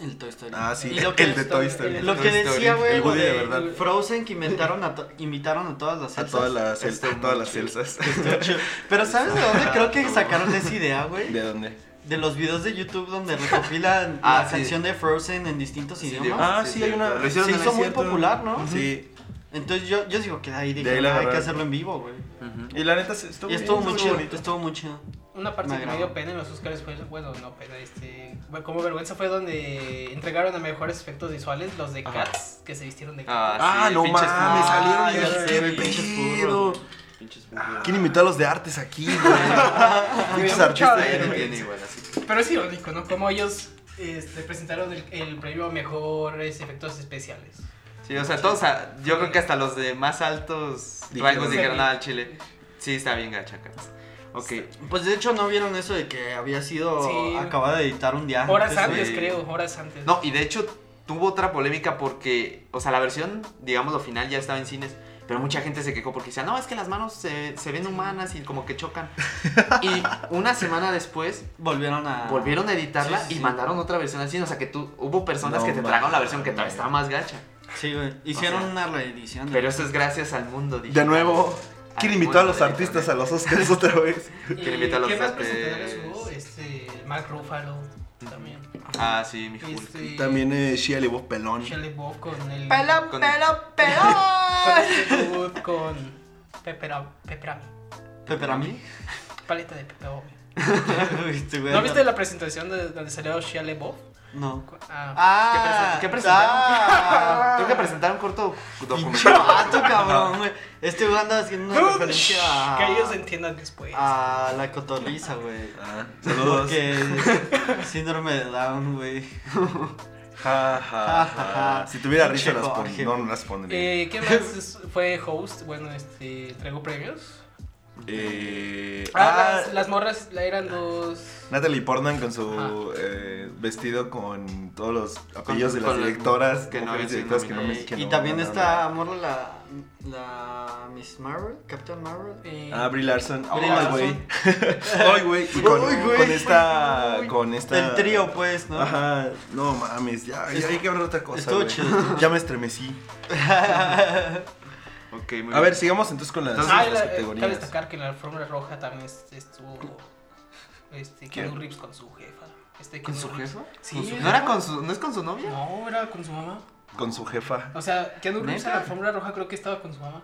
El Toy Story. Ah, sí, Y lo que el de es- Toy Story. el- Lo que Toy Story. decía, güey, El lo Woody de de verdad. Frozen que inventaron a to- invitaron a todas las A salsas. todas las, Está a muy todas las chido. salsas. Pero ¿sabes de dónde creo que Exacto. sacaron esa idea, güey? ¿De dónde? De los videos de YouTube donde recopilan Ah, la sí. canción de Frozen en distintos Sí, idiomas. Ah, sí, hay una. Lo hicieron sí, en es hizo muy cierto. popular, ¿no? Sí. Entonces yo, yo digo que de ahí dije, De ahí la "Ah, hay que agarraron". hacerlo en vivo, güey. Y la neta sí, estuvo, Y estuvo bien, muy chido, bonito. estuvo muy chido. Una parte Me que me dio agrada. pena en los Oscars fue, bueno, no pena, este, bueno, como vergüenza fue donde entregaron a mejores efectos visuales los de Ajá. Cats, que se vistieron de Cats. Ah, Ah, sí, no pinches mames, furros. salieron Ah, y ya las- sé, qué güey, pinches pedo. furros. Pinches furros. ¿Quién invitó a los de artes aquí, güey? Pinches Había artistas. mucha Nadie lo vergüenza. tiene igual así. Pero es irónico, ¿no? Como ellos este, presentaron el, el premio a mejores efectos especiales. Sí, o sea, todos, a- yo creo que hasta los de más altos Dijeron. rangos dijeron nada al chile. Sí, está bien gacha, Cats. Ok. Pues de hecho no vieron eso de que había sido Sí. acabada de editar un día. Horas antes, güey. antes, Ah, sí. creo, horas antes. No, y de hecho tuvo otra polémica porque, o sea, la versión, digamos, lo final ya estaba en cines. Pero mucha gente se quejó porque decía, no, es que las manos se, se ven humanas y como que chocan. Y una semana después Volvieron a Ah. volvieron a editarla Sí, sí, y sí. mandaron otra versión al cine. O sea, que tú, hubo personas No que te mames. tragaron la versión que todavía estaba más gacha. Sí, güey. Hicieron O sea, una reedición. de- Pero eso es gracias al mundo. De digital. nuevo, ¿quién Al invitó a mundo los del artistas a internet. los Oscars otra vez? ¿Y que le invita a los ¿Qué más artes. presentadores hubo? Este, Mark Ruffalo también. Ah, sí, mi Hulk. Este, También eh, Shia LaBeouf pelón. Shelley Bob con el... Pelón, Con- pelón, pelón. Con este dude, con pepera, pepperami, Pepe Ramí. paleta de pepperami. Este, güey, ¿No viste la presentación de donde salió Shia LaBeouf? No. Ah, Ah, ¿Qué presen- qué presentaron? ah. Tengo que presentar un corto Pinche documental. vato, cabrón, güey. Este güey anda haciendo una referencia a. que ellos entiendan después. A la cotorriza, güey. Ah, saludos. Porque. Síndrome de Down, güey. Ja, ja, ja. Si tuviera risa Pinche las pon- Jorge. no, no las pondría. Eh, ¿Qué más es- fue host? Bueno, este, traigo premios. Eh, Ah, ah, las, las morras la eran dos. Natalie Portman con su Ajá. eh, vestido con todos los apellidos de las con las directoras. que mujeres no habían sido directoras que no me- nominadas. que Eh, y no también ganaron está nada. amor la. La. Miss Marvel, Captain Marvel. eh, Ah, Brie Larson. Brie Ay, Larson. güey. Ay, güey. Y con, Uy, güey. con esta. Con esta. El trío, pues, ¿no? Ajá, no mames, ya, ya hay que hablar de otra cosa. Estuvo güey. chido. Ya me estremecí. Ok, muy A ver, bien. sigamos entonces con las, Entonces, ah, las y la- eh, cabe categorías. destacar que en la alfombra roja también es- estuvo. Este, Keanu Reeves con su jefa. Este, ¿Con Keanu su Reeves- jefa? Sí. ¿Con su- ¿No, era con su, ¿No es con su novia? No, era con su mamá. Con su jefa. O sea, Keanu Reeves en la ¿Neta? alfombra roja creo que estaba con su mamá.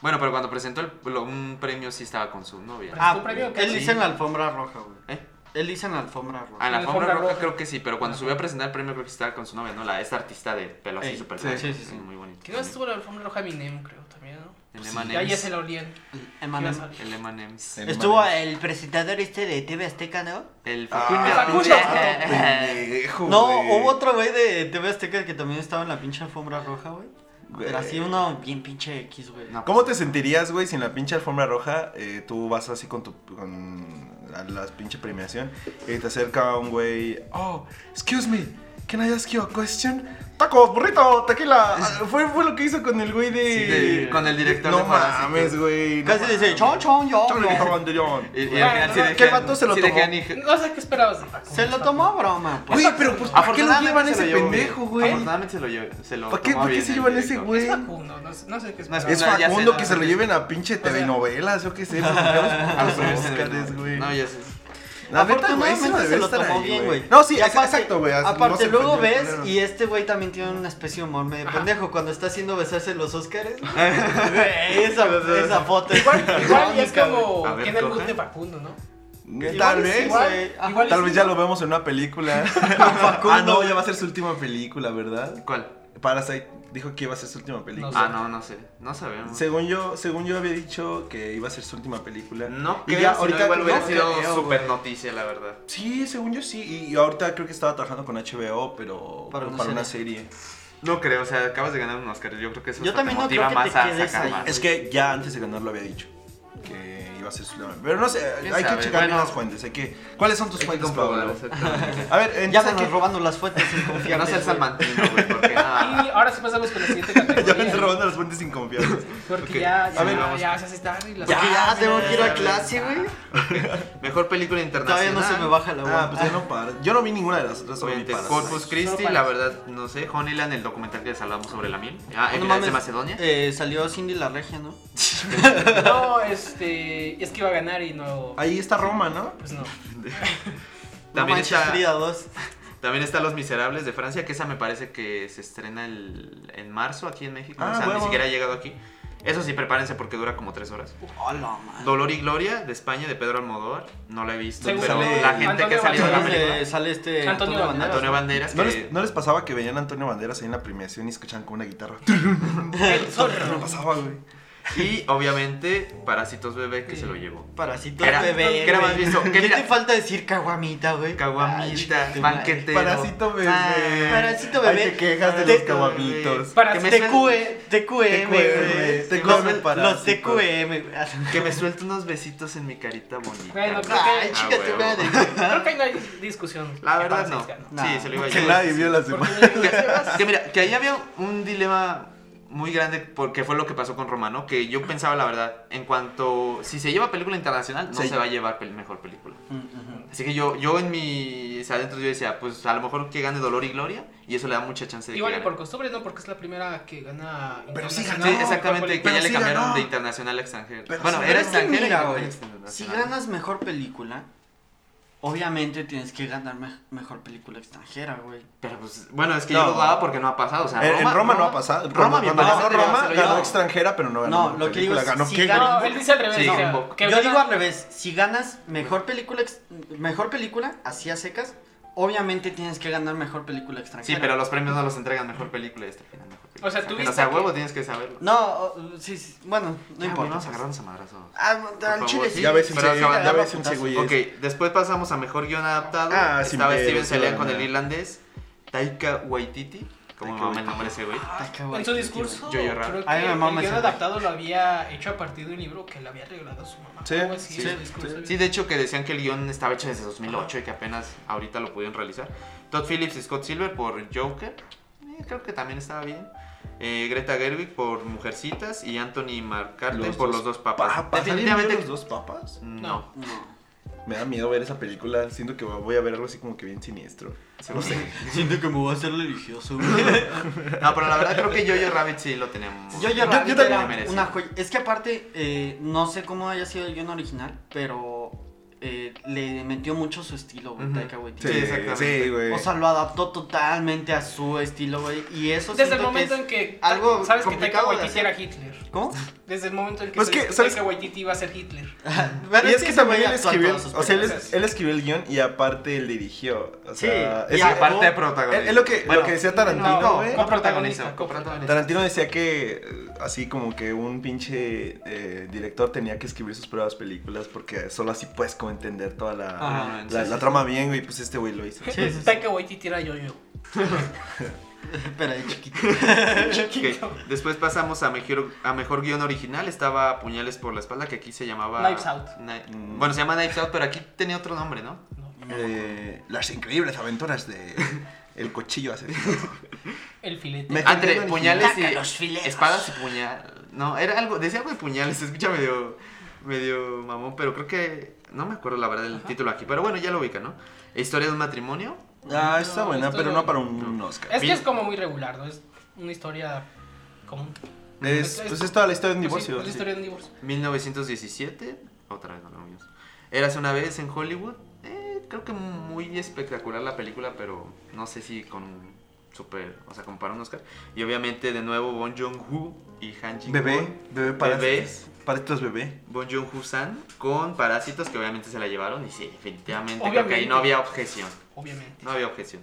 Bueno, pero cuando presentó el, lo- un premio sí estaba con su novia. Ah. Ah, ¿Tu premio qué? él Sí. hizo en la alfombra roja, güey. ¿Eh? Él hizo en la alfombra roja. Ah, en la En la alfombra alfombra roja, roja. creo que sí, pero cuando subió a presentar el premio creo que sí estaba con su novia, ¿no? La, esta artista de pelo así Ey, súper sí, largo, sí, sí, sí. Muy bonito. Que no estuvo en la alfombra roja Eminem, creo también, ¿no? Pues El Ya, ya M&M's. se la olían. Emanuel. ¿Qué El M&M's. El Estuvo Manuel. el presentador este de TV Azteca, ¿no? El Ah, Facundo. vato pendejo, No, güey. hubo otro güey de TV Azteca que también estaba en la pinche alfombra roja, güey. Güey. pues, Pero así uno bien pinche X, güey. No. ¿Cómo te sentirías, güey, si en la pinche alfombra roja eh, tú vas así con tu. con a la pinche premiación y te acerca un güey, oh, excuse me, can I ask you a question? Tacos, burrito, tequila. Ah, Fue, fue lo que hizo con el güey de... Sí, de- con el director no de Parásitos. mames, güey. no Casi dice, mames. chon, chon, yo. Chon, yo". chon, chon. Y, y Bueno, al final sí no, dejan- que el vato se lo sí tomó. dejan y- No sé qué esperabas de Paco. Se lo tomó a broma, pues. Güey, pero pues, ¿por qué lo Afortunadamente llevan a se ese lo llevó pendejo, bien. güey? Afortunadamente se lo llevó. Se lo ¿Por qué, tomó por qué bien se el llevan a ese director. güey? Es Facundo, no, sé- no sé qué No, esperabas. Es No, ya sé, Facundo no, que no, se lo no, lleven a pinche TV novelas, yo qué sé, los A los primeros premios de Óscares, Nobel. güey. No, ya sé. La neta, güey, sí Afortunadamente debe se lo estar tomó ahí, bien, güey. No, sí, Y es- aparte- exacto, güey. así, no Aparte, se luego ofendió el ves culero. y este güey también tiene una especie de humor medio pendejo cuando está haciendo besarse los Óscares. güey, esa, esa foto. Igual, igual ya es A como. ver, Tiene el coge. mood de Facundo, ¿no? Tal Igual vez, sí, igual, güey. ajá. igual Tal sí, vez ya ¿no? lo vemos en una película. ah, no, ya va a ser su última película, ¿verdad? ¿Cuál? Parasite dijo que iba a ser su última película. No sé. Ah, no, no sé. No sabemos. Según yo, según yo había dicho que iba a ser su última película. No y creo, ya sino ahorita igual hubiera no sido creo, super güey. noticia, la verdad. Sí, según yo sí. Y, y ahorita creo que estaba trabajando con HBO, pero Para pero una para una serie. No creo, o sea, acabas de ganar un Oscar. Yo creo que eso Yo hasta también te no motiva creo que más te a quedes sacar ahí. más. Es que ya antes de ganar lo había dicho. Que iba a ser su última. Pero no sé, ¿Quién hay que sabe? checar bien Bueno. las fuentes. Hay que... ¿Cuáles son tus Hay que fuentes, comprobar, Pablo? exactamente. A ver, Ya entonces se aquí- nos robando las fuentes sin Que no sea el confiar. salmantino, güey, porque nada. Y ahora sí pasamos con la siguiente Ya me categoría. están robando las fuentes sin confianza. Porque Ok, ya, a ver, ya, vamos. ya, se hace tarde y las- Porque ya Ah, tengo que ir a ya, clase, ya. güey. Mejor película Todavía internacional. no se me baja la Ah, agua. pues ya no para. Yo no vi ninguna de las otras solo vi Obviamente, Parasite. Corpus Christi, Solo la para- verdad, no sé. Honeyland, el documental que les hablamos sobre la miel. Ah, No Emilia mames, de Macedonia. eh, salió Cindy la Regia, ¿no? No, este. Es que iba a ganar y no. Ahí está Roma, ¿no? Pues no. También, no está, manches, Frida 2. también está Los Miserables de Francia, que esa me parece que se estrena el- en marzo aquí en México. Ah, o sea, huevo. ni siquiera ha llegado aquí. Eso sí, prepárense porque dura como tres horas. Hola, man. Dolor y Gloria de España, de Pedro Almodóvar. No la he visto, Según pero sale la gente que Antonio ha salido de la Banderas. película. Sale, sale este Antonio Banderas. Antonio Banderas, ¿No que- les, ¿No les pasaba que veían a Antonio Banderas ahí en la premiación y escuchaban con una guitarra? El No zorro. pasaba, güey. Y obviamente, Parásitos Bebé, que se lo llevó. Parasitos Era- bebé. que era más güey. visto, que ¿Qué mira- te falta decir caguamita, güey? Ay, Caguamita, chingate, madre. banquetero. Parasito bebé. Ah, Parasito bebé. Ahí te quejas de Te- los caguamitos. Para Que me ser- suena- TQE, E TQM, E güey. TQM, Los- Los parásitos. TQM. güey. Que me suelte unos besitos en mi carita bonita. Bueno, creo Ay, que. Ah, chica, te huevo. madre. Creo que ahí no hay discusión. La Que verdad para no. Sisca, ¿no? No. Sí, se lo iba a Que llevar. nadie vio la Porque semana. Que- Que mira, que ahí había un dilema muy grande porque fue lo que pasó con Romano, que yo pensaba la verdad, en cuanto si se lleva película internacional, no Sí. se va a llevar pel- mejor película. Mm, Así que yo yo en mi adentro yo decía, pues a lo mejor que gane Dolor y Gloria y eso le da mucha chance de Igual y que por gane. costumbre no, porque es la primera que gana. Pero sí internacional. ganó, Sí, exactamente, que Pero ya le sí cambiaron ganó. de internacional a extranjero. Pero bueno, sí era Pero es que extranjero. mira, y güey, era Si internacional. ganas mejor película, obviamente tienes que ganar me- mejor película extranjera, güey. Pero pues, bueno, es que No. Eh, yo lo daba porque no ha pasado. O sea, En, en Roma, no ha pasado. Roma, Roma, bien cuando ganó parece que Roma, se lo ganó llevó. extranjera, pero no ganó. No, mejor lo que digo película. es, ganó si qué, ganó- güey? No, él dice al revés. Sí, o sea, Gumbo. que Yo gana- digo al revés, si ganas mejor película, ex- mejor película así a secas, obviamente tienes que ganar mejor película Sí, extranjera. pero los premios no los entregan mejor película y este final mejor película. O sea, tú O viste sea, que- huevo tienes que saberlo. No, o- sí, sí, bueno, no Ya, güey, importa. Vamos a agarrarnos a madrazos. Ah, al favor, chile sí. sí. Ya ves un Pero seguí- acaban- ya ves un seguí- Ok, después pasamos a mejor guión adaptado. Ah, sin Estaba pedos, Steven sí, Celian la con el verdad. irlandés. Taika Waititi. Como Taika me mama el nombre de ese güey. Ay, qué En guay, su qué discurso, Yo lloraba. creo Ay, que me mama el guión ese güey. adaptado lo había hecho a partir de un libro que le había regalado su mamá. Sí, Algo así, sí, su discurso. Sí, de hecho que decían que el guión estaba hecho desde 2008 y que apenas ahorita lo pudieron realizar. Todd Phillips y Scott Silver por Joker. eh, creo que también estaba bien. Eh, Greta Gerwig por Mujercitas y Anthony McCartney Los por dos Los dos papas. Papas. ¿Alguien vio Definitivamente los dos papas? no. chido. No. Me da miedo ver esa película. Siento que voy a ver algo así como que bien siniestro. No sé. Siento que me voy a hacer religioso, güey. No, pero la verdad creo que Jojo Rabbit sí lo tenemos. Yo- Yo, yo, yo Rabbit también era merecido. una joya. Es que aparte, eh, no sé cómo haya sido el guión original, pero eh, le metió mucho su estilo, güey, Ujú. Taika Waititi. Sí, exactamente. Sí, güey. O sea, lo adaptó totalmente a su estilo, güey. Y eso Desde el Pues siento que momento es- en que algo sabes que Taika complicado de Waititi hacer. era Hitler. ¿Cómo? Desde el momento en que Pues sabes que, que ¿sabes? Taika Waititi iba a ser Hitler. Pero y es que ese también güey él actúa en escribió, todas sus o sea, él, es- películas. él escribió el guión y aparte él dirigió. O Sí, sea, y Ah, es- aparte Parte de es, protagonista. es lo, que, Bueno, lo que decía No, Tarantino, ¿eh? güey. coprotagonista, coprotagonista, coprotagonista. Tarantino decía que eh, así como que un pinche eh, director tenía que escribir sus propias películas porque solo así puedes como entender toda la, Ah, la, sí, la sí, trama bien, güey. Pues este güey lo hizo. Sí, sí, sí. Taika Waititi era yo-yo. Pero de chiquito. Ok, Después pasamos a mejor, a mejor guión original. Estaba Puñales por la espalda, que aquí se llamaba. Knives Out. Kni- mm, bueno, se llama Knives Out, pero aquí tenía otro nombre, ¿no? Eh, las increíbles aventuras de El Cuchillo Asesino. El filete. Me- Ah, Entre Guión puñales y. Saca los fileos. Espadas y puñal. No, era algo. Decía algo de puñales, se escucha medio. medio mamón, pero creo que. No me acuerdo la verdad del título aquí, pero bueno, ya lo ubica, ¿no? Historia de un matrimonio. Ah, está buena, esto pero no. no para un Oscar. Ah, Es que Bien. es como muy regular, ¿no? Es una historia común. Es, pues es toda la historia de un Pues sí, divorcio. es la sí. historia de un divorcio. 1917. Otra vez no lo vimos. Érase una vez en Hollywood. Eh, creo que muy espectacular la película, pero no sé si con un super, o sea, compara un Oscar. Y obviamente de nuevo Bon Joon-ho y Han Jin Bebé, bebé para Bebé. Parásitos bebé. Bon Joon-ho San con Parásitos que obviamente se la llevaron y sí, definitivamente creo que Obviamente. ahí no había objeción. Obviamente. No había objeción.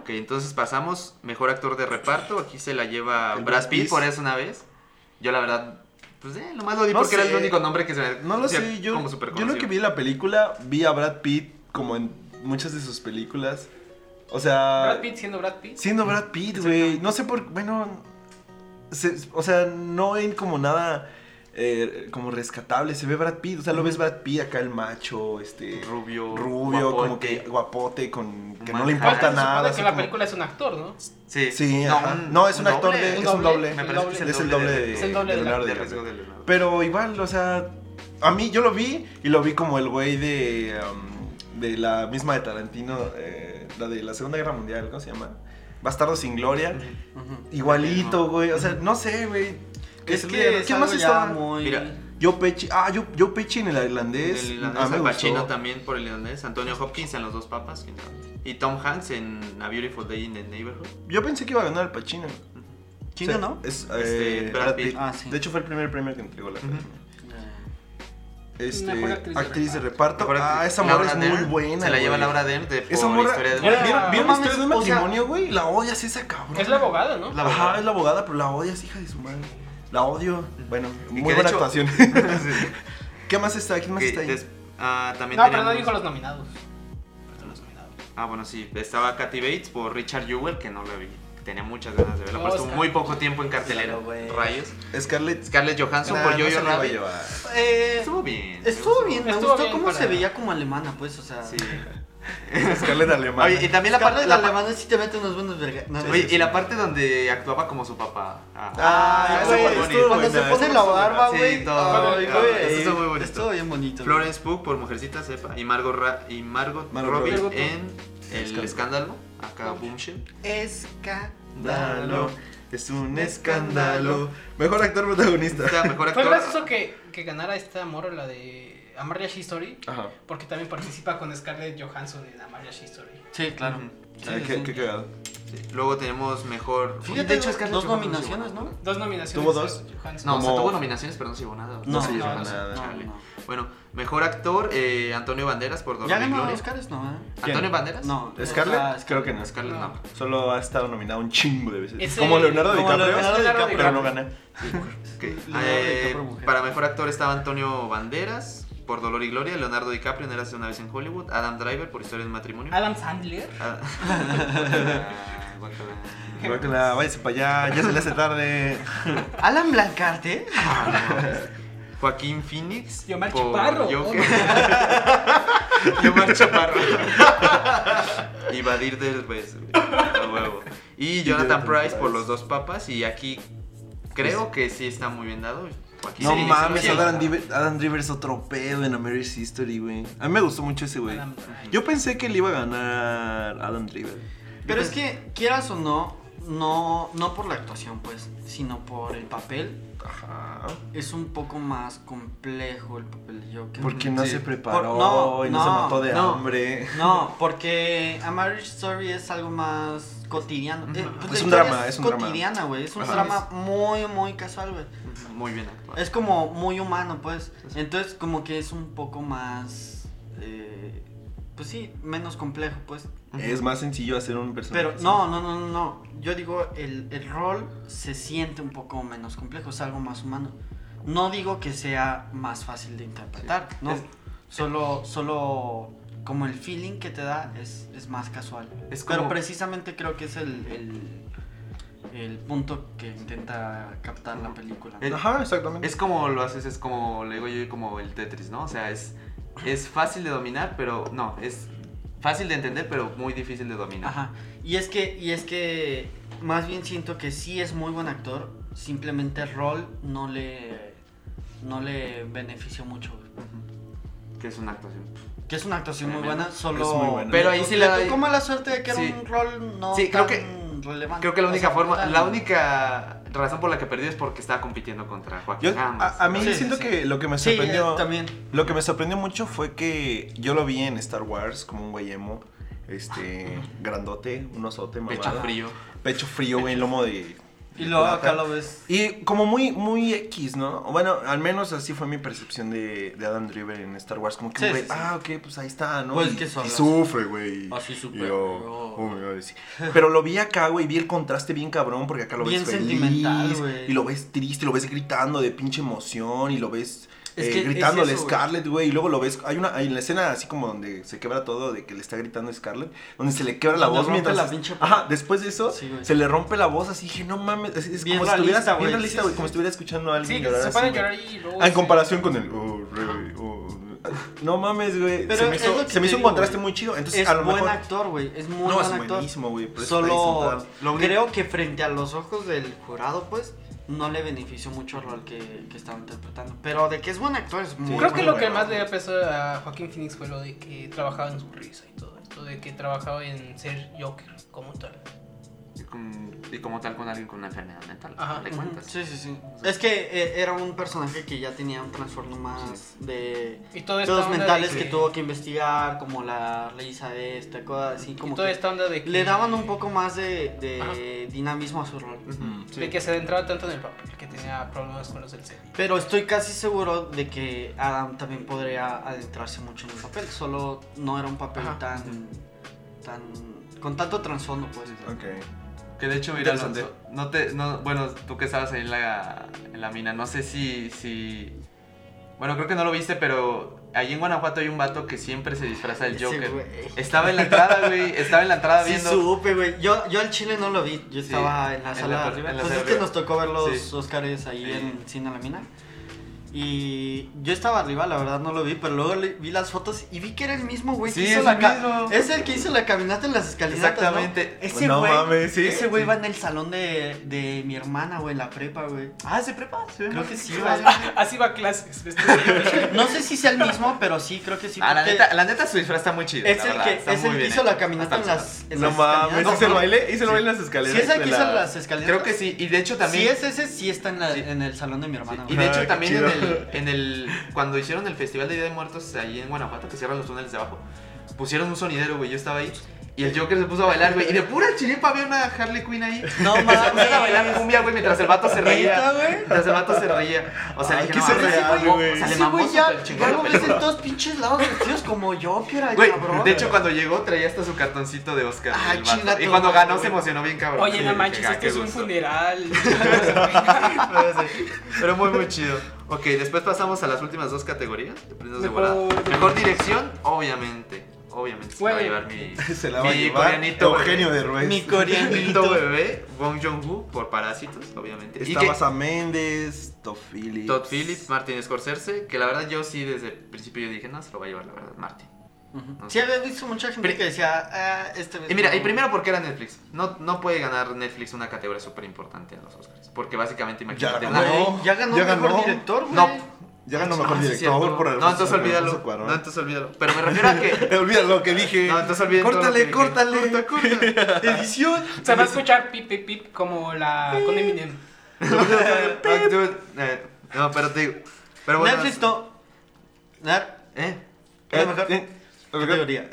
Ok, entonces pasamos. Mejor actor de reparto. Aquí se la lleva El Brad Brad Pitt Pitt. por eso una vez. Yo la verdad, pues eh, nomás lo di No porque era sé. el único nombre que se me No lo hacía sé, yo, como súper yo lo que conocido. vi en la película, vi a Brad Pitt como en muchas de sus películas. O sea... Brad Pitt siendo Brad Pitt. Siendo Brad Pitt, güey. No sé por. Bueno. se- o sea, no hay como nada. eh, como rescatable. Se ve Brad Pitt. O sea, lo ves Brad Pitt acá, el macho. Este. Rubio. Rubio, como guapote. que guapote, con, que no Manhattan. le Aparte, importa se supone nada. así que la como- película es un actor, ¿no? Sí, Sí, ajá. un- No, es un actor de- doble. es un doble. Me parece que es el doble de- Es el doble de de Leonardo de DiCaprio. riesgo de Leonardo. Pero igual, o sea, a mí yo lo vi y lo vi como el güey de, um, de la misma de Tarantino, eh, la de la Segunda Guerra Mundial, ¿cómo se llama? Bastardo sin Gloria. Igualito, güey. O sea, no sé, güey. Es el- que es ¿Quién más algo ya está? muy... Mira, Yo Pechi. Ah, yo, yo Pechi en el irlandés. El ah, irlandés, me Al Pacino gustó. también por el irlandés, Antonio Hopkins en Los Dos Papas, quién sabe. y Tom Hanks en A Beautiful Day in the Neighborhood. Yo pensé que iba a ganar el Pacino. ¿Quién O sea, ganó? Es, Este, eh, Brad Brad Pitt. Pitt. Ah, sí. De hecho, fue el primer premio que entregó la academia. Este, Mejor actriz, actriz de de reparto. reparto. Mejor Ah, actriz. esa morra Laura es muy Dern, buena. Se la lleva güey. Laura Dern de Esa por morra. historia de ¿Vieron- Ah, ¿Vieron, no ¿vieron la mames, historia de un o sea- matrimonio, güey? La odias esa cabrón. Es la abogada, ¿no? La abogada. Ajá, es la abogada, pero la odias, hija de su madre. La odio. Bueno, muy que de buena hecho- actuación. Sí. ¿Qué más está? ¿Quién más Que está ahí? des- ah, también No, pero no teníamos- dijo los nominados. Pero los nominados. Ah, bueno, sí. Estaba Kathy Bates por Richard Jewell, que no la vi. Tenía muchas ganas de verla, pero estuvo Oscar. muy poco tiempo en cartelera. Claro, güey. Rayos. Scarlett. Scarlett Johansson Nah, por no Yo-Yo se la iba a Rabbit. llevar. Eh, Estuvo bien. me estuvo gustó. bien, me Estuvo gustó bien cómo para- se veía como alemana, pues, o sea... Sí. Scarlett alemana. Oye, y también la parte Scarlett la pa- alemana sí te mete unos buenos verga... no, Oye, sí, y la parte donde actuaba como su papá. Ah, eso güey, fue estuvo bonito. Cuando buena, se pone estuvo la buena. barba, Sí, güey. todo, ay, todo. güey, Eso estuvo muy bonito. Estuvo bien bonito. Florence Pugh por Mujercita Sepa y Margot, Ra- y Margot, Margot Robbie Robbie. en El Escándalo. Escándalo, acá Boomshell. Escándalo. Es un escándalo. Mejor actor protagonista. Está mejor Fue gracioso actor. que, que ganara esta morra, la de A Marriage History, Ajá. porque también participa con Scarlett Johansson en A Marriage History. Sí, claro. Sí, Ay, sí, qué, sí. qué cagado. Sí. Luego tenemos mejor. Fíjate, de hecho, Scarlett dos Johansson se nominaciones, llevó ¿no? nada. Dos nominaciones. Tuvo dos. Scarlett Johansson. No, o sea, Como- tuvo nominaciones, pero no se llevó nada. No se llevó nada. nada. Chale. No, no. Bueno, mejor actor, eh, Antonio Banderas por Dolor ¿Ya y ganó Gloria. los Oscars? No, ¿eh? ¿Quién? ¿Antonio Banderas? No. ¿Scarlett? o sea, Creo Ah, que no. Scarlett no. No. Solo ha estado nominado un chingo de veces. Ese- como Leonardo como DiCaprio, Leonardo DiCaprio. pero no gana. Ok, Leonardo eh, DiCaprio, mujer. para mejor actor estaba Antonio Banderas por Dolor y Gloria, Leonardo DiCaprio en Érase una vez en Hollywood, Adam Driver por Historia de un matrimonio. Adam Sandler. Ah, guácala, guácala. Guácala, váyase para allá, ya se le hace tarde. Alan Blancarte. Joaquín Phoenix. Yomar por Chaparro. Joker. Yomar Chaparro. y Badir del Beso. A huevo. Y Jonathan Jonathan Price por Pryce. los dos papas. Y aquí creo que sí está muy bien dado. Joaquín no Phoenix, mames, sí, Adam, está. Driver, Adam Driver es otro pedo en A Marriage History, güey. A mí me gustó mucho ese güey. Adam Driver. Yo pensé que le iba a ganar Adam Driver. Pero es que, quieras o no, no, no por la actuación, pues, sino por el papel. Ajá. Es un poco más complejo el papel de Joker. Porque no Sí. se preparó Por- no, y no, se no, mató de no. hambre. No, porque A Marriage Story es algo más cotidiano. Ujú. Eh, Es la un historia drama, es un drama. cotidiana, güey. Es un Ajá. drama muy, muy casual, güey. Muy bien actuado. Es como muy humano, pues. Entonces, como que es un poco más. eh, pues sí, menos complejo, pues. Es más sencillo hacer un personaje. Pero así. no, no, no, no, no. Yo digo, el, el rol se siente un poco menos complejo, es algo más humano. No digo que sea más fácil de interpretar, no. Es- solo, solo como el feeling que te da es, es más casual. Es Pero como- precisamente creo que es el, el- el punto que intenta captar la película. El- Ajá, exactamente. Es como lo haces, es como, le digo yo, como el Tetris, ¿no? O sea, es, es fácil de dominar, pero no, es fácil de entender, pero muy difícil de dominar. Ajá. Y es que, y es que más bien siento que sí es muy buen actor. Simplemente el rol no le no le benefició mucho. güey. Ujú. Que es una actuación. Que es una actuación muy Tremendo. buena, solo Es muy buena. Pero ahí sí le doy- tocó mala suerte de que Sí. era un rol no Sí, tan creo que- relevante. Creo que la Ah, O única sea, forma, tan- la única razón por la que perdió es porque estaba compitiendo contra Joaquín Yo- Ramos. a, a mí Sí, siento sí. que lo que me Sí, eh, sorprendió. también. Lo que me sorprendió mucho fue que yo lo vi en Star Wars como un güey emo, este, grandote, un osote, mamado. Pecho frío. Pecho frío, güey, lomo de... Y luego plata. acá lo ves. Y como muy, muy X, ¿no? Bueno, al menos así fue mi percepción de, de Adam Driver en Star Wars. Como que, Sí, güey, sí, sí. ah, ok, pues ahí está, ¿no? Pues, y, ¿qué son y las- sufre, güey. Ah, sí, súper, Y yo, no. oh, my God, sí. Pero lo vi acá, güey, vi el contraste bien cabrón porque acá lo Bien ves feliz. sentimental, güey. Y lo ves triste, lo ves gritando de pinche emoción y lo ves... Es eh, que es gritándole eso, güey. Scarlett, güey, y luego lo ves, hay una, hay en la escena así como donde se quebra todo, de que le está gritando Scarlett, donde se le quebra la Donde voz rompe mientras, la pinche- ajá, después de eso, Sí, güey. se le rompe la voz, así dije, no mames, es, es Bien como si estuvieras, realista, bien güey. realista, Sí, güey, como si sí, sí. estuvieras escuchando a alguien Sí, llorar se así, pueden güey. llorar y luego. Ah, en se- comparación con el. oh, rey, oh, ah, no mames, güey. Pero Se me es hizo, lo que se me te hizo un digo, contraste güey. muy chido. Entonces, Es a lo buen mejor. actor, güey. Es muy no, buen es actor. buenísimo, güey. por eso está ahí Solo sentado. creo que frente a los ojos del jurado, pues, no le benefició mucho el rol que, que estaba interpretando. Pero de que es buen actor es muy Sí. Creo bueno. que lo que bueno. más le pesó a Joaquín Phoenix fue lo de que trabajaba en su risa y todo esto, de que trabajaba en ser Joker como tal. Y, con- y como tal con alguien con una enfermedad mental. Ajá, ¿Te Ujú, cuentas? Sí, sí, sí. Es que eh, era un personaje que ya tenía un trastorno más de Y todo esta los onda de mentales que tuvo que investigar, como la risa de esta cosa, así Y como toda que esta onda de que. le daban un poco más de, de Ajá. dinamismo a su rol. Mm, sí. De que se adentraba tanto en el papel, que tenía problemas con los del set. Pero estoy casi seguro de que Adam también podría adentrarse mucho en el papel, solo no era un papel Ajá. tan, tan... con tanto trasfondo, pues. Ok. Que de hecho, mira, Interesante. Alonso, no te, no, bueno, tú que estabas ahí en la, en la mina, no sé si, si, bueno, creo que no lo viste, pero ahí en Guanajuato hay un vato que siempre se disfraza del Ese Joker. güey. Estaba en la entrada, güey, estaba en la entrada Sí viendo. supe, güey. Yo, yo al chile no lo vi. Yo Sí, estaba en la en sala la de par- arriba. en la Pues es sala de que arriba. nos tocó ver los Sí. Oscars ahí Sí. en Cine a la Mina. Y yo estaba arriba, la verdad no lo vi, pero luego le- vi las fotos y vi que era el mismo güey Sí, que hizo es la el ca- mismo. Es el que hizo la caminata en las escalinatas. Exactamente. Pues ¿no? Ese No güey. mames, sí. Ese güey Sí. va en el salón de, de mi hermana, güey, en la prepa, güey. Ah, se prepa, se ve Creo muy que sí, bien. güey. Así va a clases. este ¿ves? No sé si sea el mismo, pero sí, creo que sí. Ah, la porque neta, la neta su disfraz está muy chido. es la el verdad, que, está es muy el que bien hizo la hecho. caminata en Hasta el las, en No las mames, escalinatas. hice el baile, hice el baile en las Sí, escaleras. es el de que la- hizo las escaleras. Creo que sí, y de hecho también. Sí, ese, ese sí está en, la- Sí. en el salón de mi hermana. Y güey. de Ah, qué hecho también en chido. el, en el- cuando hicieron el festival de Día de Muertos ahí en Guanajuato, que cierran los túneles de abajo, pusieron un sonidero, güey, yo estaba ahí. Y el Joker se puso a bailar, güey. Y de pura chiripa había una Harley Quinn ahí. No Se pusieron a bailar mames. cumbia, güey, mientras el vato se ¿Neta, reía. güey? Mientras el vato se reía. O sea, Ay, dije, que no, se mames, reía, se mamó, güey. o sea, le Ese mamó güey ya, súper ya chingón la lo ves en película. todos pinches lados vestidos como Joker, ay, Güey, cabrón. de hecho cuando llegó traía hasta su cartoncito de Oscar. Ah, el vato. chinga y tu cuando madre, ganó güey. se emocionó bien cabrón. Oye, Sí, no dije, manches, "Ah, esto qué es un gusto". funeral. Pero sí, Pero muy, muy chido. Ok, después pasamos a las últimas dos categorías. de prendas de volada. Mejor- Mejor dirección, obviamente. Obviamente. Se la va a Güey. llevar mi. Se la va a mi llevar coreanito, güey. Eugenio de Ruiz. Mi Coreanito coreanito. bebé, Bong Joon-ho por Parásitos, obviamente. Y que- Estaba Sam Méndez, Todd Phillips. Todd Phillips, Martin Scorsese, que la verdad yo sí desde el principio yo dije, no, se lo va a llevar, la verdad, Martin. Ujú. Sí, había visto mucha gente que decía, ah, este. Y Eh, mira, y primero porque era Netflix. No, no puede ganar Netflix una categoría súper importante en los Oscars. Porque básicamente imagínate ganó. una- Güey, No, ya ganó ya mejor ganó. director, güey. No. Ya ganó mejor Ah, sí, director cierto. por No, entonces Alfonso olvídalo. Cuarón. No, entonces olvídalo. Pero me refiero a que. Olvida lo que dije. No, entonces olviden todo lo que Córtale, dije. córtale. Corta, corta. Edición. Se va a escuchar pip, pip, pip, como la con Eminem. Ah, dude, eh, No, pero te digo. Pero bueno. Netflix no. Dar- ¿eh? era mejor Eh, categoría.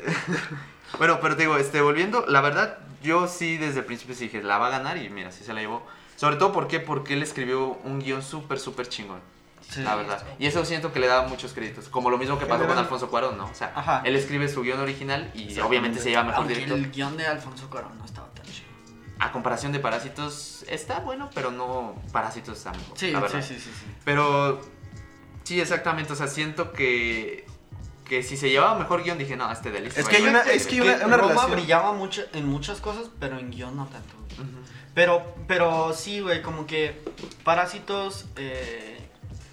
Bueno, pero te digo, este, volviendo, la verdad, yo sí desde el principio sí dije, la va a ganar y mira, sí se la llevó. Sobre todo porque, porque él escribió un guión súper, súper chingón. Sí. la verdad. Y eso siento que le da muchos créditos. Como lo mismo que pasó con Alfonso Cuarón, ¿no? O sea, Ajá. él escribe su guión original y obviamente se lleva mejor Aunque director. el guión de Alfonso Cuarón no estaba tan chido. A comparación de Parásitos, está bueno, pero no Parásitos está mejor, Sí, la verdad. sí, sí, sí, sí. Pero sí, exactamente. O sea, siento que que si se llevaba mejor guión, dije, no, este delito. Es que hay una- es que hay una- una Roma relación. brillaba mucho, en muchas cosas, pero en guión no tanto. güey. Ujú. Pero, pero sí, güey, como que Parásitos, eh,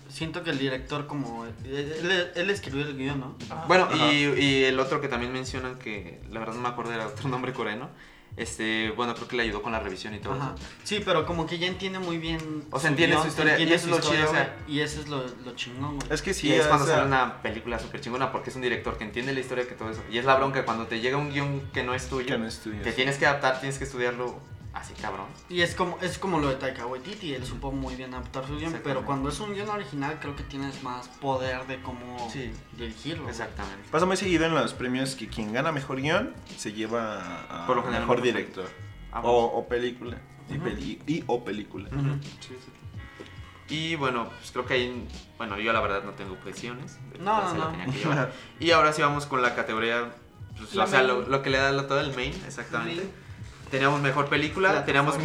siento que el director como... Él, él- él escribió el guión, ¿no? Ajá. Bueno, Ajá. y, y el otro que también mencionan, que la verdad no me acuerdo, era otro nombre coreano. Este, bueno, creo que le ayudó con la revisión y todo Ajá. eso. Sí, pero como que ya entiende muy bien... O sea, entiende su historia, entiende y eso su es lo chido, o sea. güey, Y eso es lo, lo chingón, güey. Es que y sí, es o cuando sea, sale una película súper chingona porque es un director que entiende la historia que todo eso. Y es la bronca cuando te llega un guión que no es tuyo, que no estudias. te tienes que adaptar, tienes que estudiarlo así cabrón. Y es como, es como lo de Taika Waititi, él supo muy bien adaptar su guión, pero Exactamente. cuando es un guión original creo que tienes más poder de cómo Sí. dirigirlo. güey. Exactamente. Pasa muy seguido en los premios que quien gana mejor guión se lleva a, a Por lo general, mejor mejor director. Ah, O, o película. Y, Ujú. peli- y o película. Ujú, sí, sí. Y bueno, pues creo que ahí. Bueno, yo la verdad no tengo presiones. No, Ya se no, la no. tenía que llevar. y ahora sí vamos con la categoría. pues, La o sea, main. lo, lo que le da lo- todo el main, exactamente. Main. Teníamos mejor película, Plataforma. teníamos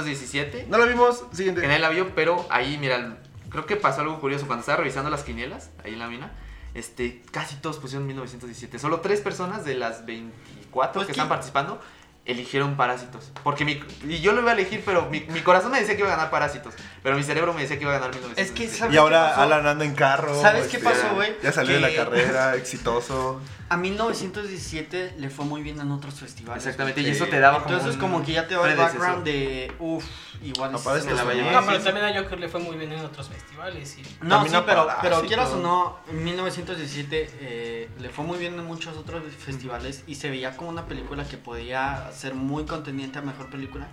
1917. No la vimos, Que siguiente. nadie la vio, pero ahí, mira, creo que pasó algo curioso. Cuando estaba revisando las quinielas, ahí en la mina, este, casi todos pusieron 1917. Solo tres personas de las Pues 24 que que- están participando eligieron Parásitos. Porque mi, y yo lo iba a elegir, pero mi, mi corazón me decía que iba a ganar Parásitos. Pero mi cerebro me decía que iba a ganar 1917. Es que, ¿sabes Y qué ahora pasó? Alan anda en carro. este, ¿Sabes qué pasó, güey? Ya salió de Que- la carrera, exitoso. A 1917 le fue muy bien en otros festivales. Exactamente, y Sí. eso te daba como Entonces un como que ya te va el predecesor. background de, uff, igual es- Aparece es la un- ballena. No, sí, pero sí. también a Joker le fue muy bien en otros festivales. Y... No, sí, Camina pero, para pero así, quieras o todo. no, en 1917 eh, le fue muy bien en muchos otros festivales y se veía como una película que podía ser muy contendiente a mejor película.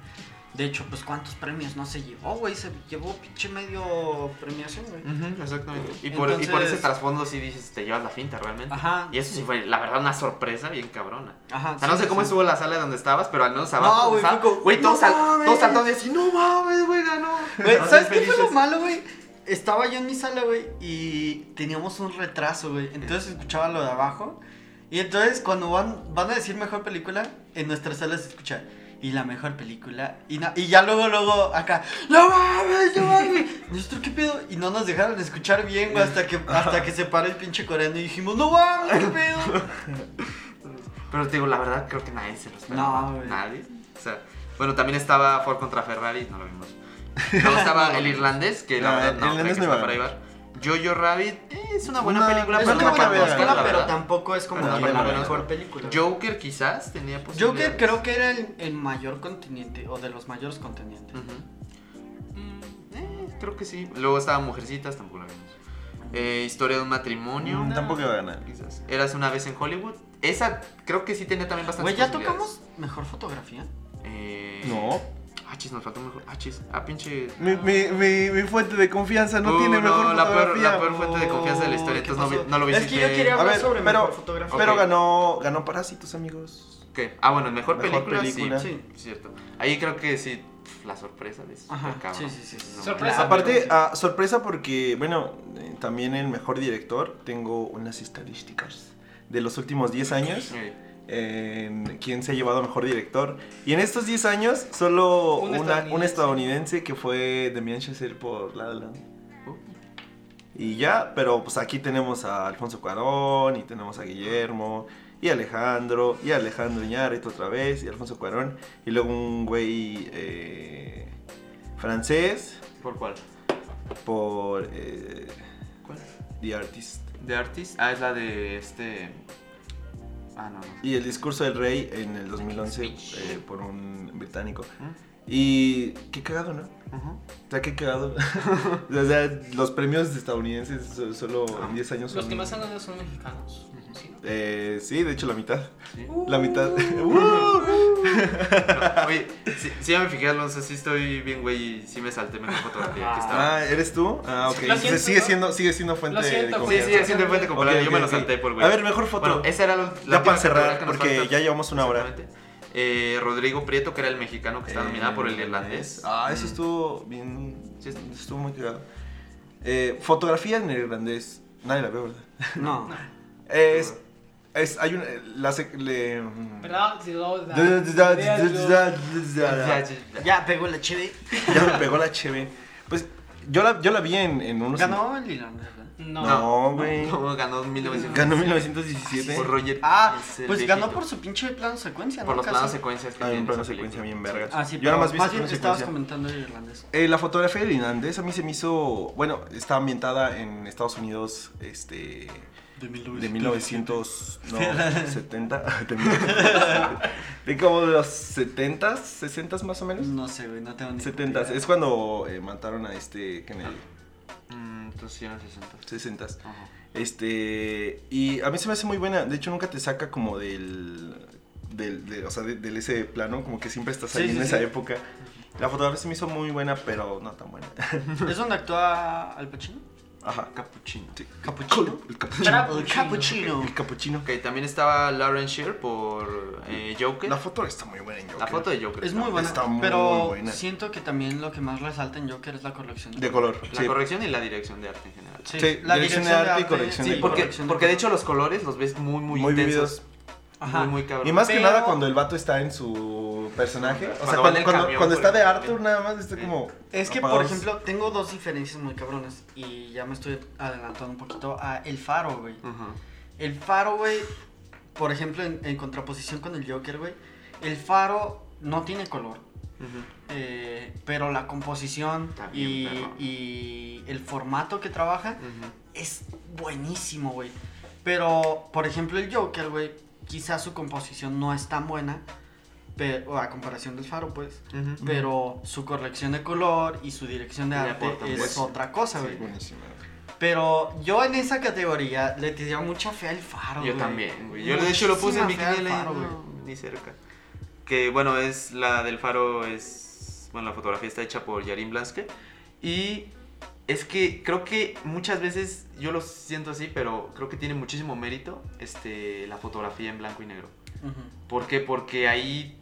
De hecho, pues cuántos premios no se llevó, güey, se llevó pinche medio premiación, güey. Ujú, exactamente. Y por, y por Entonces- ese trasfondo sí dices, te llevas la finta realmente. Ajá. Y eso sí fue, la verdad, una sorpresa bien cabrona. Ajá. O sea, no Ah, sí, sé cómo sí. estuvo la sala donde estabas, pero al menos abajo. güey, sal- fue como, Güey, todos, "No sal- mames". todos saltando y así, no mames, güey, ganó. Güey, Todos ¿Sabes qué fue lo felices. malo, güey? Estaba yo en mi sala, güey, y teníamos un retraso, güey. Entonces escuchaba lo de abajo. Y entonces cuando van, van a decir mejor película, en nuestra sala se escucha. Y la mejor película. Y, na- y ya luego, luego, acá. ¡No mames, no mames! ¿Nosotros qué pedo? Y no nos dejaron escuchar bien, güey, hasta que, hasta que se paró el pinche coreano y dijimos, ¡No mames, qué pedo! Pero te digo, la verdad, creo que nadie se lo esperaba. No, güey. Nadie. O sea, bueno, también estaba Ford contra Ferrari, no lo vimos. Luego estaba El Irlandés, que la No, verdad El no, creo Irlandés que no iba está a para ganar. llevar. Jojo Rabbit eh, es una buena Una- película, es pero una no buena para Oscar, película, la pero verdad. tampoco es como No, que pero la no, no. mejor película. Joker quizás tenía Joker posibilidades. creo que era el, el mayor contendiente, o de los mayores contendientes. Ujú. Mm, eh, creo que sí. Luego estaba Mujercitas, tampoco la vimos. Eh, Historia de un matrimonio. Mm, Tampoco iba a ganar. Quizás. Eras una vez en Hollywood. Esa creo que sí tenía también bastante. Güey, ya tocamos mejor fotografía. Eh... No. Ah, chis, nos faltó mejor. Ah, chis. Ah, pinche. Mi, mi, mi, mi fuente de confianza no Uh, tiene mejor la peor, fotografía. Oh, la peor fuente de confianza de la historia. ¿Qué Entonces no, pasó? vi- no lo Es viste. que yo quería A hablar ver, sobre pero- mejor fotografía. Pero Ok. ganó, ganó Parásitos, amigos. ¿Qué? Ah, bueno, en mejor, Mejor película, película. sí. Sí, cierto. Ahí creo que sí. pf, La sorpresa de eso. Ajá, sí, cabrón. sí, sí, sí. No, Sorpresa. claro. Aparte, ah, sorpresa porque, bueno, eh, también el mejor director, tengo unas estadísticas de los últimos 10 años Sí. en quién se ha llevado mejor director. Y en estos 10 años, solo Un una- un, estadounidense. estadounidense. que fue Demian Chazelle por La La Land. Uh, Y ya, pero pues aquí tenemos a Alfonso Cuarón y tenemos a Guillermo y Alejandro y Alejandro Iñárritu otra vez y Alfonso Cuarón y luego un güey eh, francés ¿Por cuál? por eh, ¿Cuál? The Artist. ¿The Artist? Ah, es la de este. Ah, no, no. Y el discurso del rey en el 2011 Speech. eh, por un británico. Mm. Y qué cagado, ¿no? Ujú. O sea, qué cagado. o sea, los premios estadounidenses so- solo en 10 años Los son- que más han ganado son mexicanos. ¿sí? Uh, Eh, sí, de hecho la mitad. Sí. La mitad. Uh. Oye, sí, sí ya me fijé, Alonso, sí estoy bien, güey, y sí me salté mejor fotografía que estaba. Ah, ¿eres tú? Ah, ok. Lo Entonces, siento, sigue, ¿no? siendo, sigue siendo fuente Lo siento, de pues. Sí, confianza. sí, haciendo fuente Ok, comparable, yo ok, me lo ok. salté por güey. A ver, mejor foto. Bueno, esa era la ya la última para fotografía cerrar, que nos porque falta. ya llevamos una hora. Exactamente. Eh, Rodrigo Prieto, que era el mexicano que estaba nominado por el irlandés. Ah, eso Mm. estuvo bien. Sí, estuvo. Estuvo muy cagado. Eh, fotografía en el irlandés. Nadie la ve, ¿verdad? No. Es. es hay una. La. sec- le- ¿Verdad? Si no, da- Ya veanlo. Ya, ya, ya. Ya pegó la cheve. me pegó la cheve. Pues yo la, yo la vi en, en unos. Ganó el Dylan, ¿verdad? No. No, güey. No, ganó en 1900. Ganó 1917. Por Roger. Ah, es el pues ganó viejito. por su pinche plano secuencia, ¿no? Por los Casi. planos secuencias que Ah, tiene un plano esa película. secuencia bien vergas. Ah, sí, yo pero nada más vi más ese bien plano estabas secuencia. comentando el irlandés. Eh, la fotografía del irlandés a mí se me hizo. Bueno, está ambientada en Estados Unidos este, De de 1970. de como de los 70s, 60s más o menos. Mm, No sé, güey, no tengo ni 70s. Es cuando eh, mataron a este Kennedy. Mm, entonces sí eran 60. 60s. Ajá. Este. Y a mí se me hace muy buena. De hecho, nunca te saca como del. del, de- o sea, de- del ese plano. Como que siempre estás ahí Sí, en sí, esa sí. época. La fotografía se me hizo muy buena, pero no tan buena. ¿Es donde actúa Al Pacino? Ajá. Capuchino. Sí. ¿Capuchino? El capuchino. El capuchino. El capuchino. Ok, también estaba Lauren Shear por eh, Joker. La La, foto está muy buena en Joker. foto de Joker. Es muy buena, Está muy pero buena. siento que también lo que más resalta en Joker es la corrección. De color. La sí. corrección y la dirección de arte en general. Sí, Sí, la dirección dirección de arte y corrección Sí, Sí, porque, corrección porque de color. hecho los colores los ves muy, muy, Muy intensos. vividos. Ajá. Muy, muy cabrón. Y más que Pero- nada cuando el vato está en su personaje. O sea, Cuando va en cuando, el cuando- camión, cuando por está de ejemplo. Arthur nada más está Sí. como. Es que, por apagados. ejemplo, tengo dos diferencias muy cabrones y ya me estoy adelantando un poquito a El Faro, güey. Ajá. El Faro, güey, por ejemplo, en, en contraposición con el Joker, güey, El Faro no tiene color, Ujú. eh, pero la composición Está bien, y, perro. y el formato que trabaja Ujú. es buenísimo, güey. Pero, por ejemplo, el Joker, güey, quizás su composición no es tan buena, pero, a comparación del Faro, pues. Ujú. Pero su corrección de color y su dirección de Le arte aporta es mucho. otra cosa, güey. Sí, buenísimo. Pero yo en esa categoría le tenía mucha fe al faro, Yo güey. también, güey. Yo de hecho lo puse en mi Muchísima fe al quiniela y faro, no, ni cerca. Que bueno, es la del faro es bueno, la fotografía está hecha por Yarin Blanske y es que creo que muchas veces yo lo siento así, pero creo que tiene muchísimo mérito este la fotografía en blanco y negro. Ujú. ¿Por qué? Porque ahí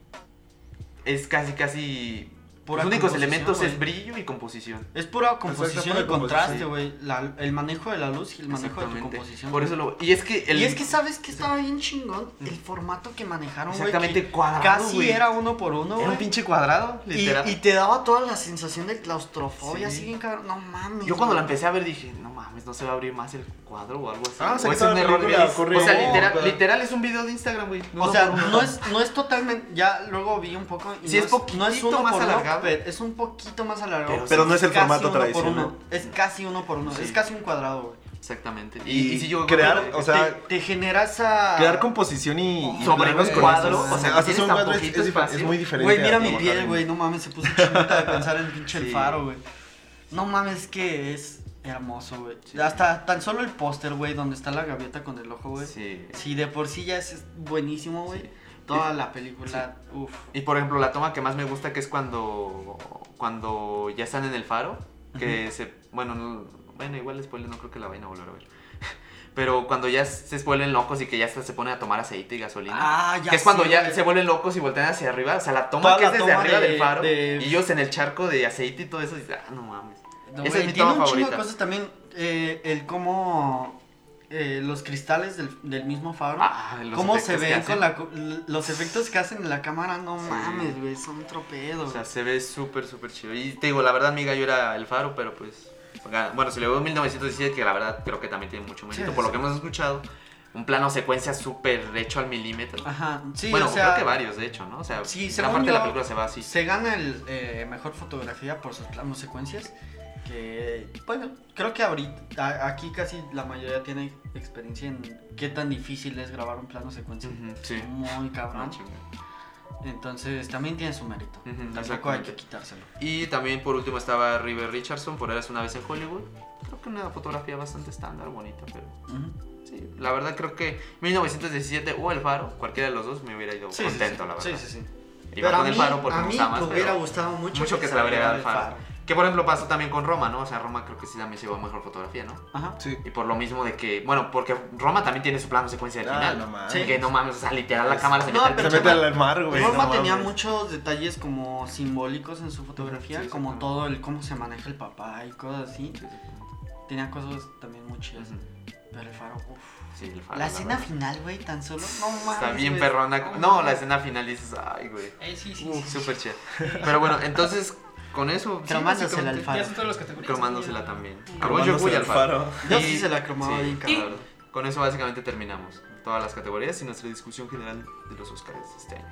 es casi casi Pura los únicos composición, elementos güey. es brillo y composición. Es pura Exacto, composición pura y contraste, composición. güey. La- El manejo de la luz y el manejo de tu Exactamente. composición. Por güey. eso lo y es que el- Y es que sabes que estaba bien chingón el formato que manejaron, güey. exactamente que cuadrado, Casi güey. era uno por uno, Era un güey. pinche cuadrado, Y, literal. y te daba toda la sensación de claustrofobia, Sí. así bien cabrón. No mames. Yo cuando la güey. empecé a ver dije, no mames, no se va a abrir más el cuadro o algo así. Ah, o sea, o que es toda un la error película mío. corre O sea, en literal, boca. literal es un video de Instagram, güey. O sea, no es, no es totalmente. Ya luego vi un poco. y Sí, no es poquito no es uno más por uno, pero alargado. es un poquito más alargado. Pero Pero no es el casi formato uno por tradicional. uno. Es casi uno por uno. Sí. Es casi un cuadrado, güey. Exactamente. Y, si yo crear, o sea, te, te genera esa. crear composición y, y sobre planos un con cuadro, esos- o sea, haces tienes un tan cuadro, es- poquito es, difer- espacio. es muy diferente. Güey, mira a mi trabajar piel, en- güey. No mames, se puso chinita de pensar en el pinche el Sí. faro, güey. No mames, que es hermoso, güey. Sí. Hasta tan solo el póster, güey, donde está la gaviota con el ojo, güey. Sí. Sí. de por sí ya es buenísimo, güey. Sí. Toda la película, uff. Y por ejemplo, la toma que más me gusta que es cuando cuando ya están en el faro, que se bueno, no- bueno, igual spoiler no creo que la vayan a volver a ver. Pero cuando ya se vuelven locos y que ya hasta se ponen a tomar aceite y gasolina. Ah, ya que es cuando sé, ya güey. se vuelven locos y voltean hacia arriba. O sea, la toma Toda que es la desde toma arriba de- del faro. de- Y ellos en el charco de aceite y todo eso. Dices, ah, no mames. No, Esa güey, es mi tiene toma un chingo de favorita. cosas también. eh, el cómo eh, los cristales del, del mismo faro. Ah, los cómo se efectos que ven hacen. con la, co- l- los efectos que hacen en la cámara. No Sí. mames, güey. Son otro pedo, O sea, güey. se ve súper, súper chido. Y te digo, la verdad, amiga, yo era el faro, pero pues. gana. Bueno, si le veo 1917, que la verdad creo que también tiene mucho mérito. Sí, por lo sí. que hemos escuchado, un plano secuencia súper hecho al milímetro. Ajá. Sí, bueno, o sea, creo que varios, de hecho, ¿no? O sea, Sí, gran según parte de la yo- película se va así. se gana el eh, mejor fotografía por sus planos secuencias. Que, bueno, creo que ahorita, a- aquí casi la mayoría tiene experiencia en qué tan difícil es grabar un plano secuencia. Ujú, sí. Muy Ah, cabrón. chinga. Entonces, también tiene su mérito. Ujú, Tampoco hay exactamente. que quitárselo. Y también por último estaba River Richardson por Eras una vez en Hollywood. Creo que una fotografía bastante estándar, bonita, pero sí, la verdad creo que 1917 o El Faro, cualquiera de los dos me hubiera ido contento, la Sí, verdad. sí, sí. Iba con El Faro porque me gusta más, pero gustado mucho, mucho que se la hubiera dado El Faro. Que por ejemplo pasó también con Roma, ¿no? O sea, Roma creo que sí también se llevó mejor fotografía, ¿no? Ajá. Sí. Y por lo mismo de que, bueno, porque Roma también tiene su plano secuencia del Ah, final. no mames. Sí, Que no mames, o sea, literal la Es- cámara se No, mete al Se pero pinche mete al mar, güey. Roma no tenía mames. muchos detalles como simbólicos en su fotografía, Sí, como exactamente. todo el cómo se maneja el papá y cosas así. Sí, sí. Tenía cosas también muy chidas. Ujú. Pero el faro, uff. Sí, el faro. la escena verdad. final, güey, tan solo. No mames. Está bien güey. perrona. No No, mames. la escena final dices, ay, güey. Eh, sí, sí, Uh, sí. Súper chido. Pero bueno, entonces, con eso. sí, Cromándosela al básicamente. faro. Ya son todas las categorías. Cromándosela también. Cromó Armándose yogur y el al faro. faro. Yo Y- sí se la cromaba sí. bien, cabrón. Con eso básicamente terminamos todas las categorías y nuestra discusión general de los Oscars este año.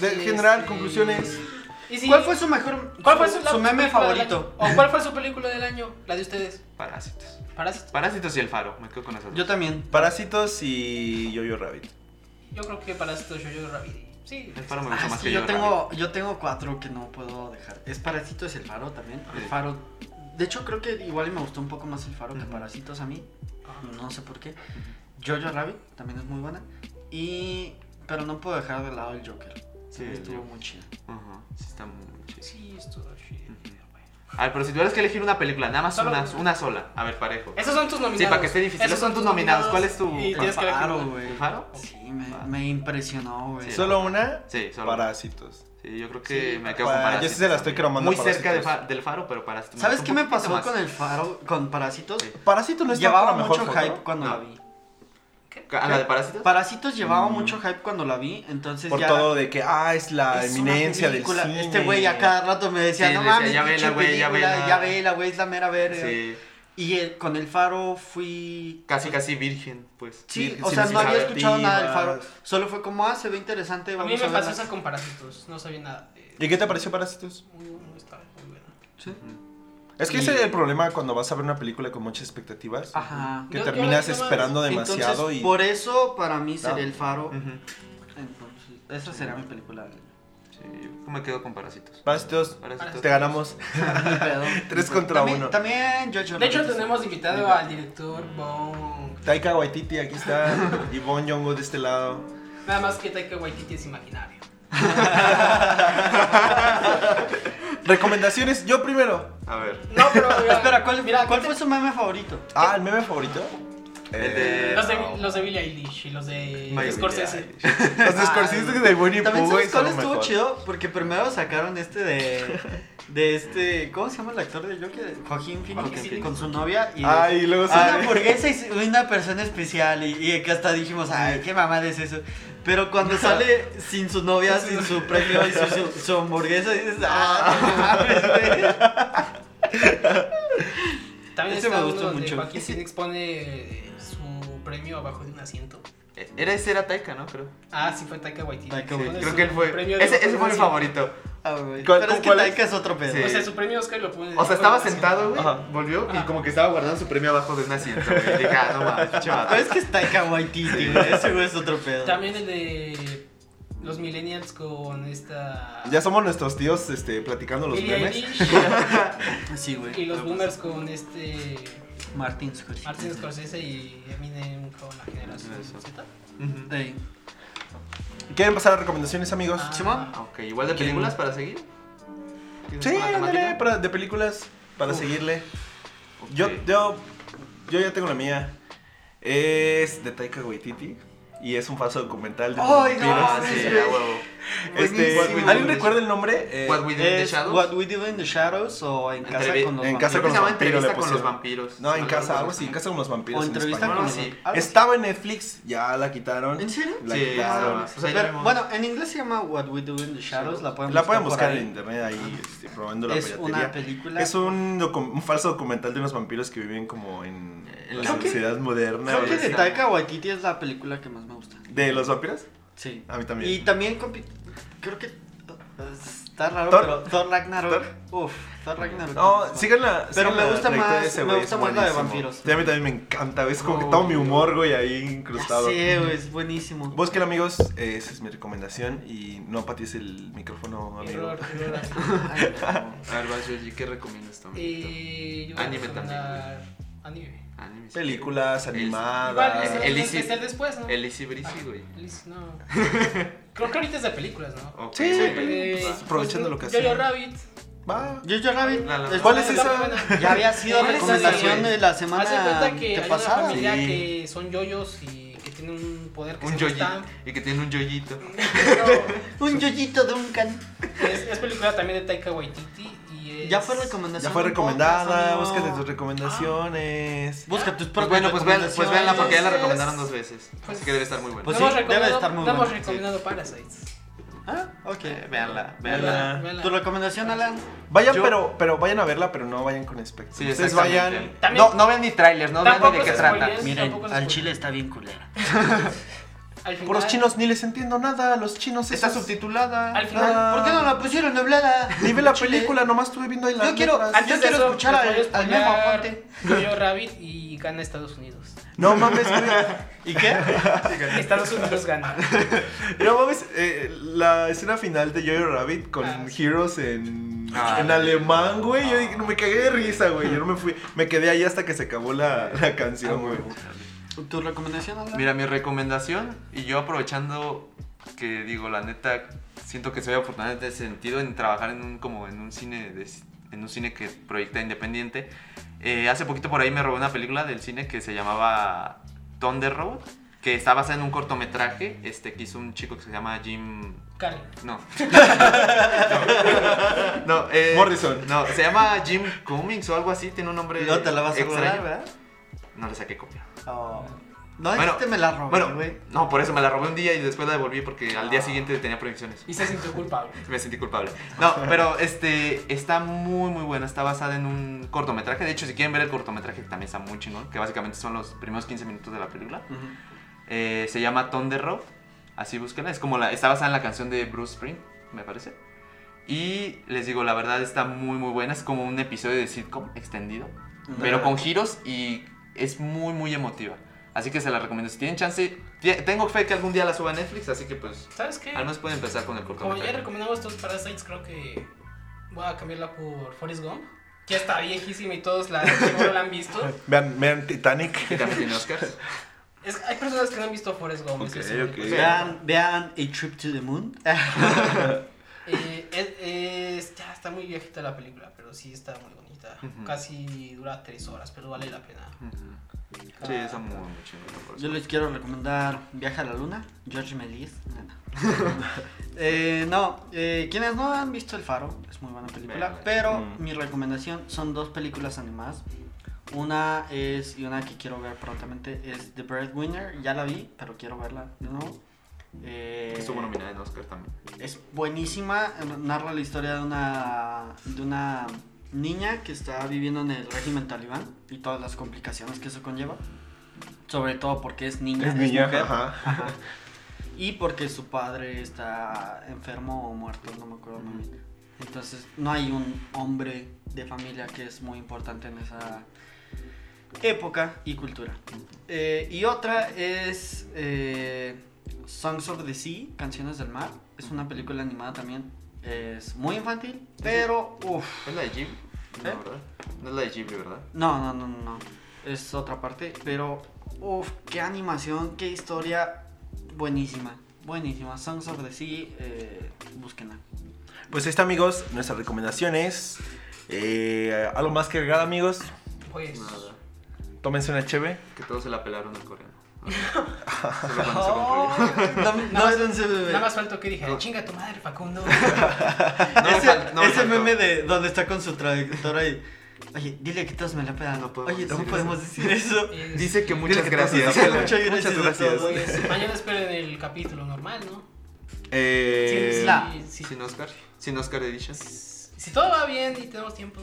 De- Sí, general, sí. conclusiones. Este, ¿Y si- ¿Cuál fue su mejor. cuál fue su, su meme película del favorito? año? ¿O cuál fue su película del año? La de ustedes. Parásitos. Parásitos. Parásitos y el faro, me quedo con esas. Yo dos. también. Parásitos y Yo-Yo Rabbit. Yo creo que Parásitos yo yo Rabbit. Sí. El faro me Ah, gusta más sí, que yo yo. tengo, yo tengo cuatro que no puedo dejar. Es Parásitos el faro también. El Sí. faro. De hecho, creo que igual y me gustó un poco más el faro que Ujú. Ah. Parásitos a mí. No sé por qué. Jojo Rabbit también es muy buena. Y. Pero no puedo dejar de lado el Joker. Sí, el estuvo Joker. muy chido. Ajá, sí está muy chido. Sí, esto chido. A ver, pero si tuvieras que elegir una película, nada más Solo una, una. una sola. A ver, parejo. Esos son tus nominados. Sí, para que esté difícil. Esos son tus nominados. ¿Cuál es tu- Y tu tienes que ver faro, cuál- güey. ¿El faro? Sí, me, Va. me impresionó, güey. Sí. Solo una. Sí, solo. Parásitos. Sí, yo creo que Sí, me quedo con Para- Parásitos. yo sí se la estoy también. cromando Muy cerca de Parásitos. fa- del faro, pero Parásitos. ¿Sabes gustó qué un me poquito pasó más. con el faro? Con Parásitos. Sí. Parásitos no es Llevaba la mejor mucho foto, hype cuando No. la vi. ¿A Ah, la de Parásitos? Parásitos llevaba Mm. mucho hype cuando la vi, entonces Por ya todo de que, ah, es la Es una eminencia del película. cine. Este güey a cada rato me decía, Sí, no decía, mames, "Ya pinche vela, güey, ya película, vela". ya vela, güey, es la mera verga. Sí. Y eh, con el faro fui... Casi, casi virgen, pues. Sí, Virgen, o sea, sin no había expectativas. escuchado nada del faro. Solo fue como, ah, se ve interesante, A vamos mí me a verla. pasó esa con Parásitos. No sabía nada. Eh, ¿Y qué te pareció Parásitos? Muy, muy, estaba muy buena. Sí. Es que Y- Ah, ese es el problema cuando vas a ver una película con muchas expectativas. Ajá. Que Yo- yo terminas la vi nomás. esperando demasiado Entonces, y. por eso para mí No. sería el faro. Ujú. Entonces, esa será mi película. Sí, yo me quedo con Parásitos. Parásitos, Parásitos. te ganamos. Mi pedo. Tres contra también, uno. También Jojo De hecho, Rabbit. tenemos invitado al director Bong. Taika Waititi, aquí está. y Bon Yongo de este lado. Nada más que Taika Waititi es imaginario. Recomendaciones, yo primero. A ver. No, pero. mira, Espera, ¿cuál, mira, cuál ¿qué fue te- su meme favorito? Ah, el meme favorito. Eh, El de- Los de, No. los de Billie Eilish y los de Billie Scorsese. Eilish. Los Ah, Scorsese de Winnie También Pooh, pues, güey, son sabes cuál lo estuvo mejor. chido porque primero sacaron este de de este ¿cómo se llama el actor del Joker? Joaquín Phoenix Joaquín Phoenix. con su novia y Ah, y luego una sale- hamburguesa y una persona especial y, y que hasta dijimos ay qué mamada es eso pero cuando sale sin su novia sin su premio y su, su- su hamburguesa dices ah no mames, güey". También Ese está me gustó uno donde mucho. Joaquín Phoenix pone eh, su premio abajo de un asiento. e-, Era ese, era Taika, ¿no? Creo. Ah, sí, fue Taika Waititi. Taika Pone Waititi. Creo su que él fue. premio de Ese, ese abajo fue de mi un favorito. Ah, güey. ¿Cuál- pero es tú que cuál es? Taika es otro pedo Sí. asiento. O sea, su premio Oscar lo pone. O abajo sea, estaba de un asiento. sentado, güey. Ajá. Volvió y Ajá. como que estaba guardando su premio abajo de un asiento. güey. Dije, ah, no mames, pinche vato. pero es que es Taika Waititi Sí. güey, ese güey es otro pedo También el de los Millennials con esta. Ya somos nuestros tíos este, platicando los Billie memes. Eilish sí güey pues, y los Boomers con este. Martin Scorsese Martin Scorsese y Eminem con la generación Eso. Z. Ujú. Ey. ¿Quieren pasar a recomendaciones, amigos? Ah, Simón. Ah, Ok, igual de películas para seguir. ¿Tienes Sí, alguna ándale, temática? para- de películas para Uf. seguirle. Ok. Yo, yo, yo ya tengo la mía. Es de Taika Waititi y es un falso documental de Ay, no, vampiros. Ah, sí, a huevo. Este, buenísimo, ¿Alguien güey. recuerda el nombre? Eh, What We Do in the Es Shadows. What We Do in the Shadows o En casa Entrevi- con los en vampiros. casa Creo que con se llama los vampiros le Entrevista con los pusieron. vampiros. no, en lo casa, recuerdo algo así, en casa con los vampiros. o en entrevista español. Ah, con los sí. vampiros. Estaba en Netflix, ya la quitaron. ¿En serio? La Sí, quitaron. estaba- o sea, ya Pero, vimos. bueno, en inglés se llama What We Do in the Shadows. La pueden La buscar, pueden por buscar ahí. en internet ahí, este, probando la Es piratería. una película. Es un, docu- un falso documental de unos vampiros que viven como en En la la- sociedad moderna. Creo que de güey. está. Taika Waititi es la película que más me gusta. ¿De los vampiros? Sí. A mí también. Y también compi- creo que uh, está raro, Thor. pero Thor Ragnarok. Uf, Thor Ragnarok. No, síganla. Pero síganla me gusta trayectoria más- de ese me güey, gusta es más la de buenísimo. vampiros. Sí, a mí también me encanta, es como que Oh. todo mi humor, güey, ahí Ya incrustado. sé, güey, es buenísimo. Búsquenla, amigos, eh, esa es mi recomendación. Y no paties el micrófono, amigo. Ah, Error, error. Ay, no. Ah, A ver, vas, Yoji, ¿qué recomiendas también? Y yo voy a Anime recomendar Anime. Anime. sí. Películas Igual es animadas. Ah, el- el Elise- especial después, ¿no? El Easy Breezy, güey. Elise, no. Creo que ahorita es de películas, ¿no? Ok, Sí, güey. peli- Pues, Va. aprovechando lo que hacía. Yo-Yo hacen. Rabbit. Va. Jojo Rabbit. La- la- es- ¿Cuál es Está esa? muy buena. Ya había sido ¿Cuál es esa, recomendación güey? de la semana Hace cuenta que hay una pasada. familia Sí. que son yoyos y que tienen un poder que Un se yoyito. gustan. Y que tiene un yoyito. Pero Un yoyito Duncan. es, es película también de Taika Waititi y es... Ya fue Ya recomendación. fue de un recomendada, podcast, búscate amigo. Ah. tus recomendaciones. Busca tus Pues propias bueno, pues vean, pues recomendaciones. véanla porque ya la Entonces, recomendaron dos veces. pues- Así que debe estar muy buena. Pues no sí, hemos debe recomendado- estar muy no hemos buena, recomendado Parasites. Ah, ok. Eh, véanla, véanla. Véanla. Vela. ¿Tu recomendación, Alan? Vayan, Yo- pero, pero vayan a verla, pero no vayan con expectativas. Sí, Ustedes exactamente. vayan. También- No, no ven ni trailers, no ven ni Tampoco de qué se trata. spoileen. Miren, tampoco se al puede. chile está bien culera. Al final, Por los chinos ni les entiendo nada. Los chinos Está esos. subtitulada. Ah. Al final. ¿Por qué no la pusieron doblada? Ni ve la Chile. película, nomás estuve viendo ahí las Yo quiero- letras. Antes Yo de quiero eso, escuchar les al- voy a al Memo spoilear Aponte. Jojo Rabbit y gana Estados Unidos. No mames, güey. ¿Y qué? Estados Unidos gana. No mames, eh, la escena final de Jojo Rabbit con Ah, Heroes en, Ah, en sí. alemán, güey. Yo dije, no, me cagué de risa, güey. Yo no me fui. Me quedé ahí hasta que se acabó la, la canción, güey. ¿Tu recomendación, Alan? Mira, mi recomendación, y yo aprovechando que digo, la neta, siento que soy afortunado en este sentido en trabajar en un, como en un cine de- en un cine que proyecta independiente. Eh, hace poquito por ahí me robé una película del cine que se llamaba Thunder Road, que está basada en un cortometraje este, que hizo un chico que se llama Jim... Karen. No. no, eh, Morrison. No, se llama Jim Cummings o algo así, tiene un nombre No te la vas a extraño. robar, ¿verdad? No le saqué copia. Oh. No, Bueno, este me la robé, Bueno, güey. no, por eso me la robé un día y después la devolví porque al Ah. día siguiente tenía proyecciones. Y se sintió culpable. Me sentí culpable. No, pero este está muy muy buena, está basada en un cortometraje. De hecho, si quieren ver el cortometraje, que también está muy chingón, que básicamente son los primeros 15 minutos de la película. Eh, se llama Thunder Road, así búsquenla. Es como la, está basada en la canción de Bruce Spring, me parece. Y les digo, la verdad está muy muy buena, es como un episodio de sitcom extendido, pero con giros y es muy muy emotiva. Así que se la recomiendo. Si tienen chance, tie- tengo fe que algún día la suba a Netflix, así que pues ¿Sabes qué? al menos pueden empezar con el Como ya cortometraje. recomendamos todos Parasites, creo que voy a cambiarla por Forrest Gump. Que ya está viejísima y todos la, seguro la han visto. Vean, vean Titanic. Y también tiene Oscars. Es- hay personas que no han visto Forrest Gump. eso Ok, sí. ok. Vean, vean A Trip to the Moon. Eh, es- es- ya está muy viejita la película, pero sí está muy bonita. Ujú. Casi dura tres horas, pero vale la pena. Sí, está muy, muy chingón. Yo les quiero recomendar Viaja a la Luna, George Melis. No, no. Eh, no, eh, quienes no han visto El Faro, es muy buena película, Veanla. pero Mm. mi recomendación son dos películas animadas. Una es, y una que quiero ver prontamente, es The Breadwinner, ya la vi, pero quiero verla de nuevo. Eh, Estuvo nominada en Oscar también. es buenísima, narra la historia de una, de una niña que está viviendo en el régimen talibán y todas las complicaciones que eso conlleva. Sobre todo porque es niña, Es niña, mujer. ajá. Ajá. Y porque su padre está enfermo o muerto, no me acuerdo muy bien. Entonces no hay un hombre de familia que es muy importante en esa época y cultura. Eh, y otra es eh, Songs of the Sea, Canciones del Mar. Es una película animada también. Es muy infantil, pero uff. ¿Es la de Ghibli? No, ¿Eh? ¿verdad? No es la de Ghibli, ¿verdad? No, no, no, no, no. Es otra parte, pero uff, qué animación, qué historia buenísima. Buenísima. Songs of the Sea, eh, búsquenla. Pues ahí está, amigos. Nuestras recomendaciones. Eh, algo más que agregar, amigos. Pues. Nada. Tómense una cheve. Que todos se la pelaron al coreano. Solo cuando se Oh, concluye. No, nada, más, no, nada más faltó que dije, chinga tu madre, Facundo. No me ese fal- no me ese faltó. meme de donde está con su traductora y. Oye, dile que todos me la pedan. No podemos Oye, no decir podemos decir eso. Es- Dice que muchas que todos gracias. se la Muchas gracias. a gracias. todos. pues, mañana esperen el capítulo normal, ¿no? Eh, Sí, la- sí, sí. Sin Oscar. Sin Oscar Edition. Si todo va bien y tenemos tiempo.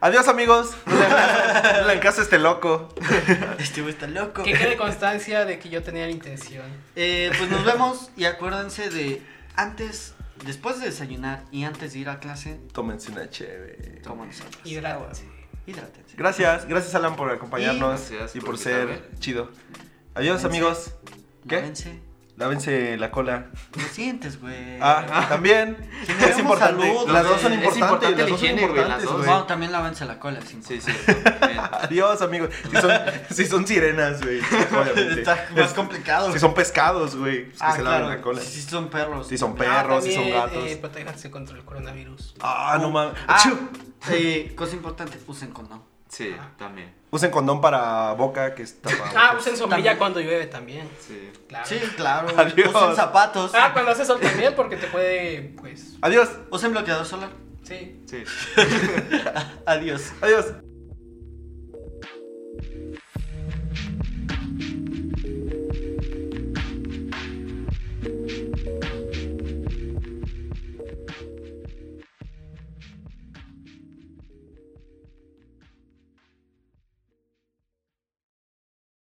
Adiós, amigos. No le hagan caso- no le hagan caso a este loco. Este güey está loco. Que quede constancia de que yo tenía la intención. Eh, pues nos vemos y acuérdense de antes, después de desayunar y antes de ir a clase, Tómense una cheve. toman nosotros. Hidrátense. Hidrátense. Gracias, gracias Alan por acompañarnos Y- y, Gracias por, por ser invitarme. chido. Adiós Lávense. amigos. ¿Qué? Lávense. Lávense la cola. Lo sientes, güey. Ah, también. Es Eh, Generemos importante. salud, las dos güey. son Es importantes. importante las la dos son higiene, güey, las importantes, dos. güey. No, también lávense la cola, sin Sí, sí. bien. Adiós amigos. Si son, si son sirenas, güey. obviamente. Está más Es- complicado. Si son pescados, güey. pues que ah, se claro. laven la cola. Si son perros. Si son perros, si son Ah, también, gatos. eh, protéjanse contra el coronavirus. Ah, no mames. Ah, Achú. eh, cosa importante, usen condón. Sí, también. Usen condón para boca que está. Ah, usen sombrilla También. cuando llueve también. Sí. Claro. Sí, claro. Adiós. Usen zapatos. Ah, cuando hace sol también porque te puede, pues, Adiós. Usen bloqueador solar. sí. Sí. Adiós. Adiós.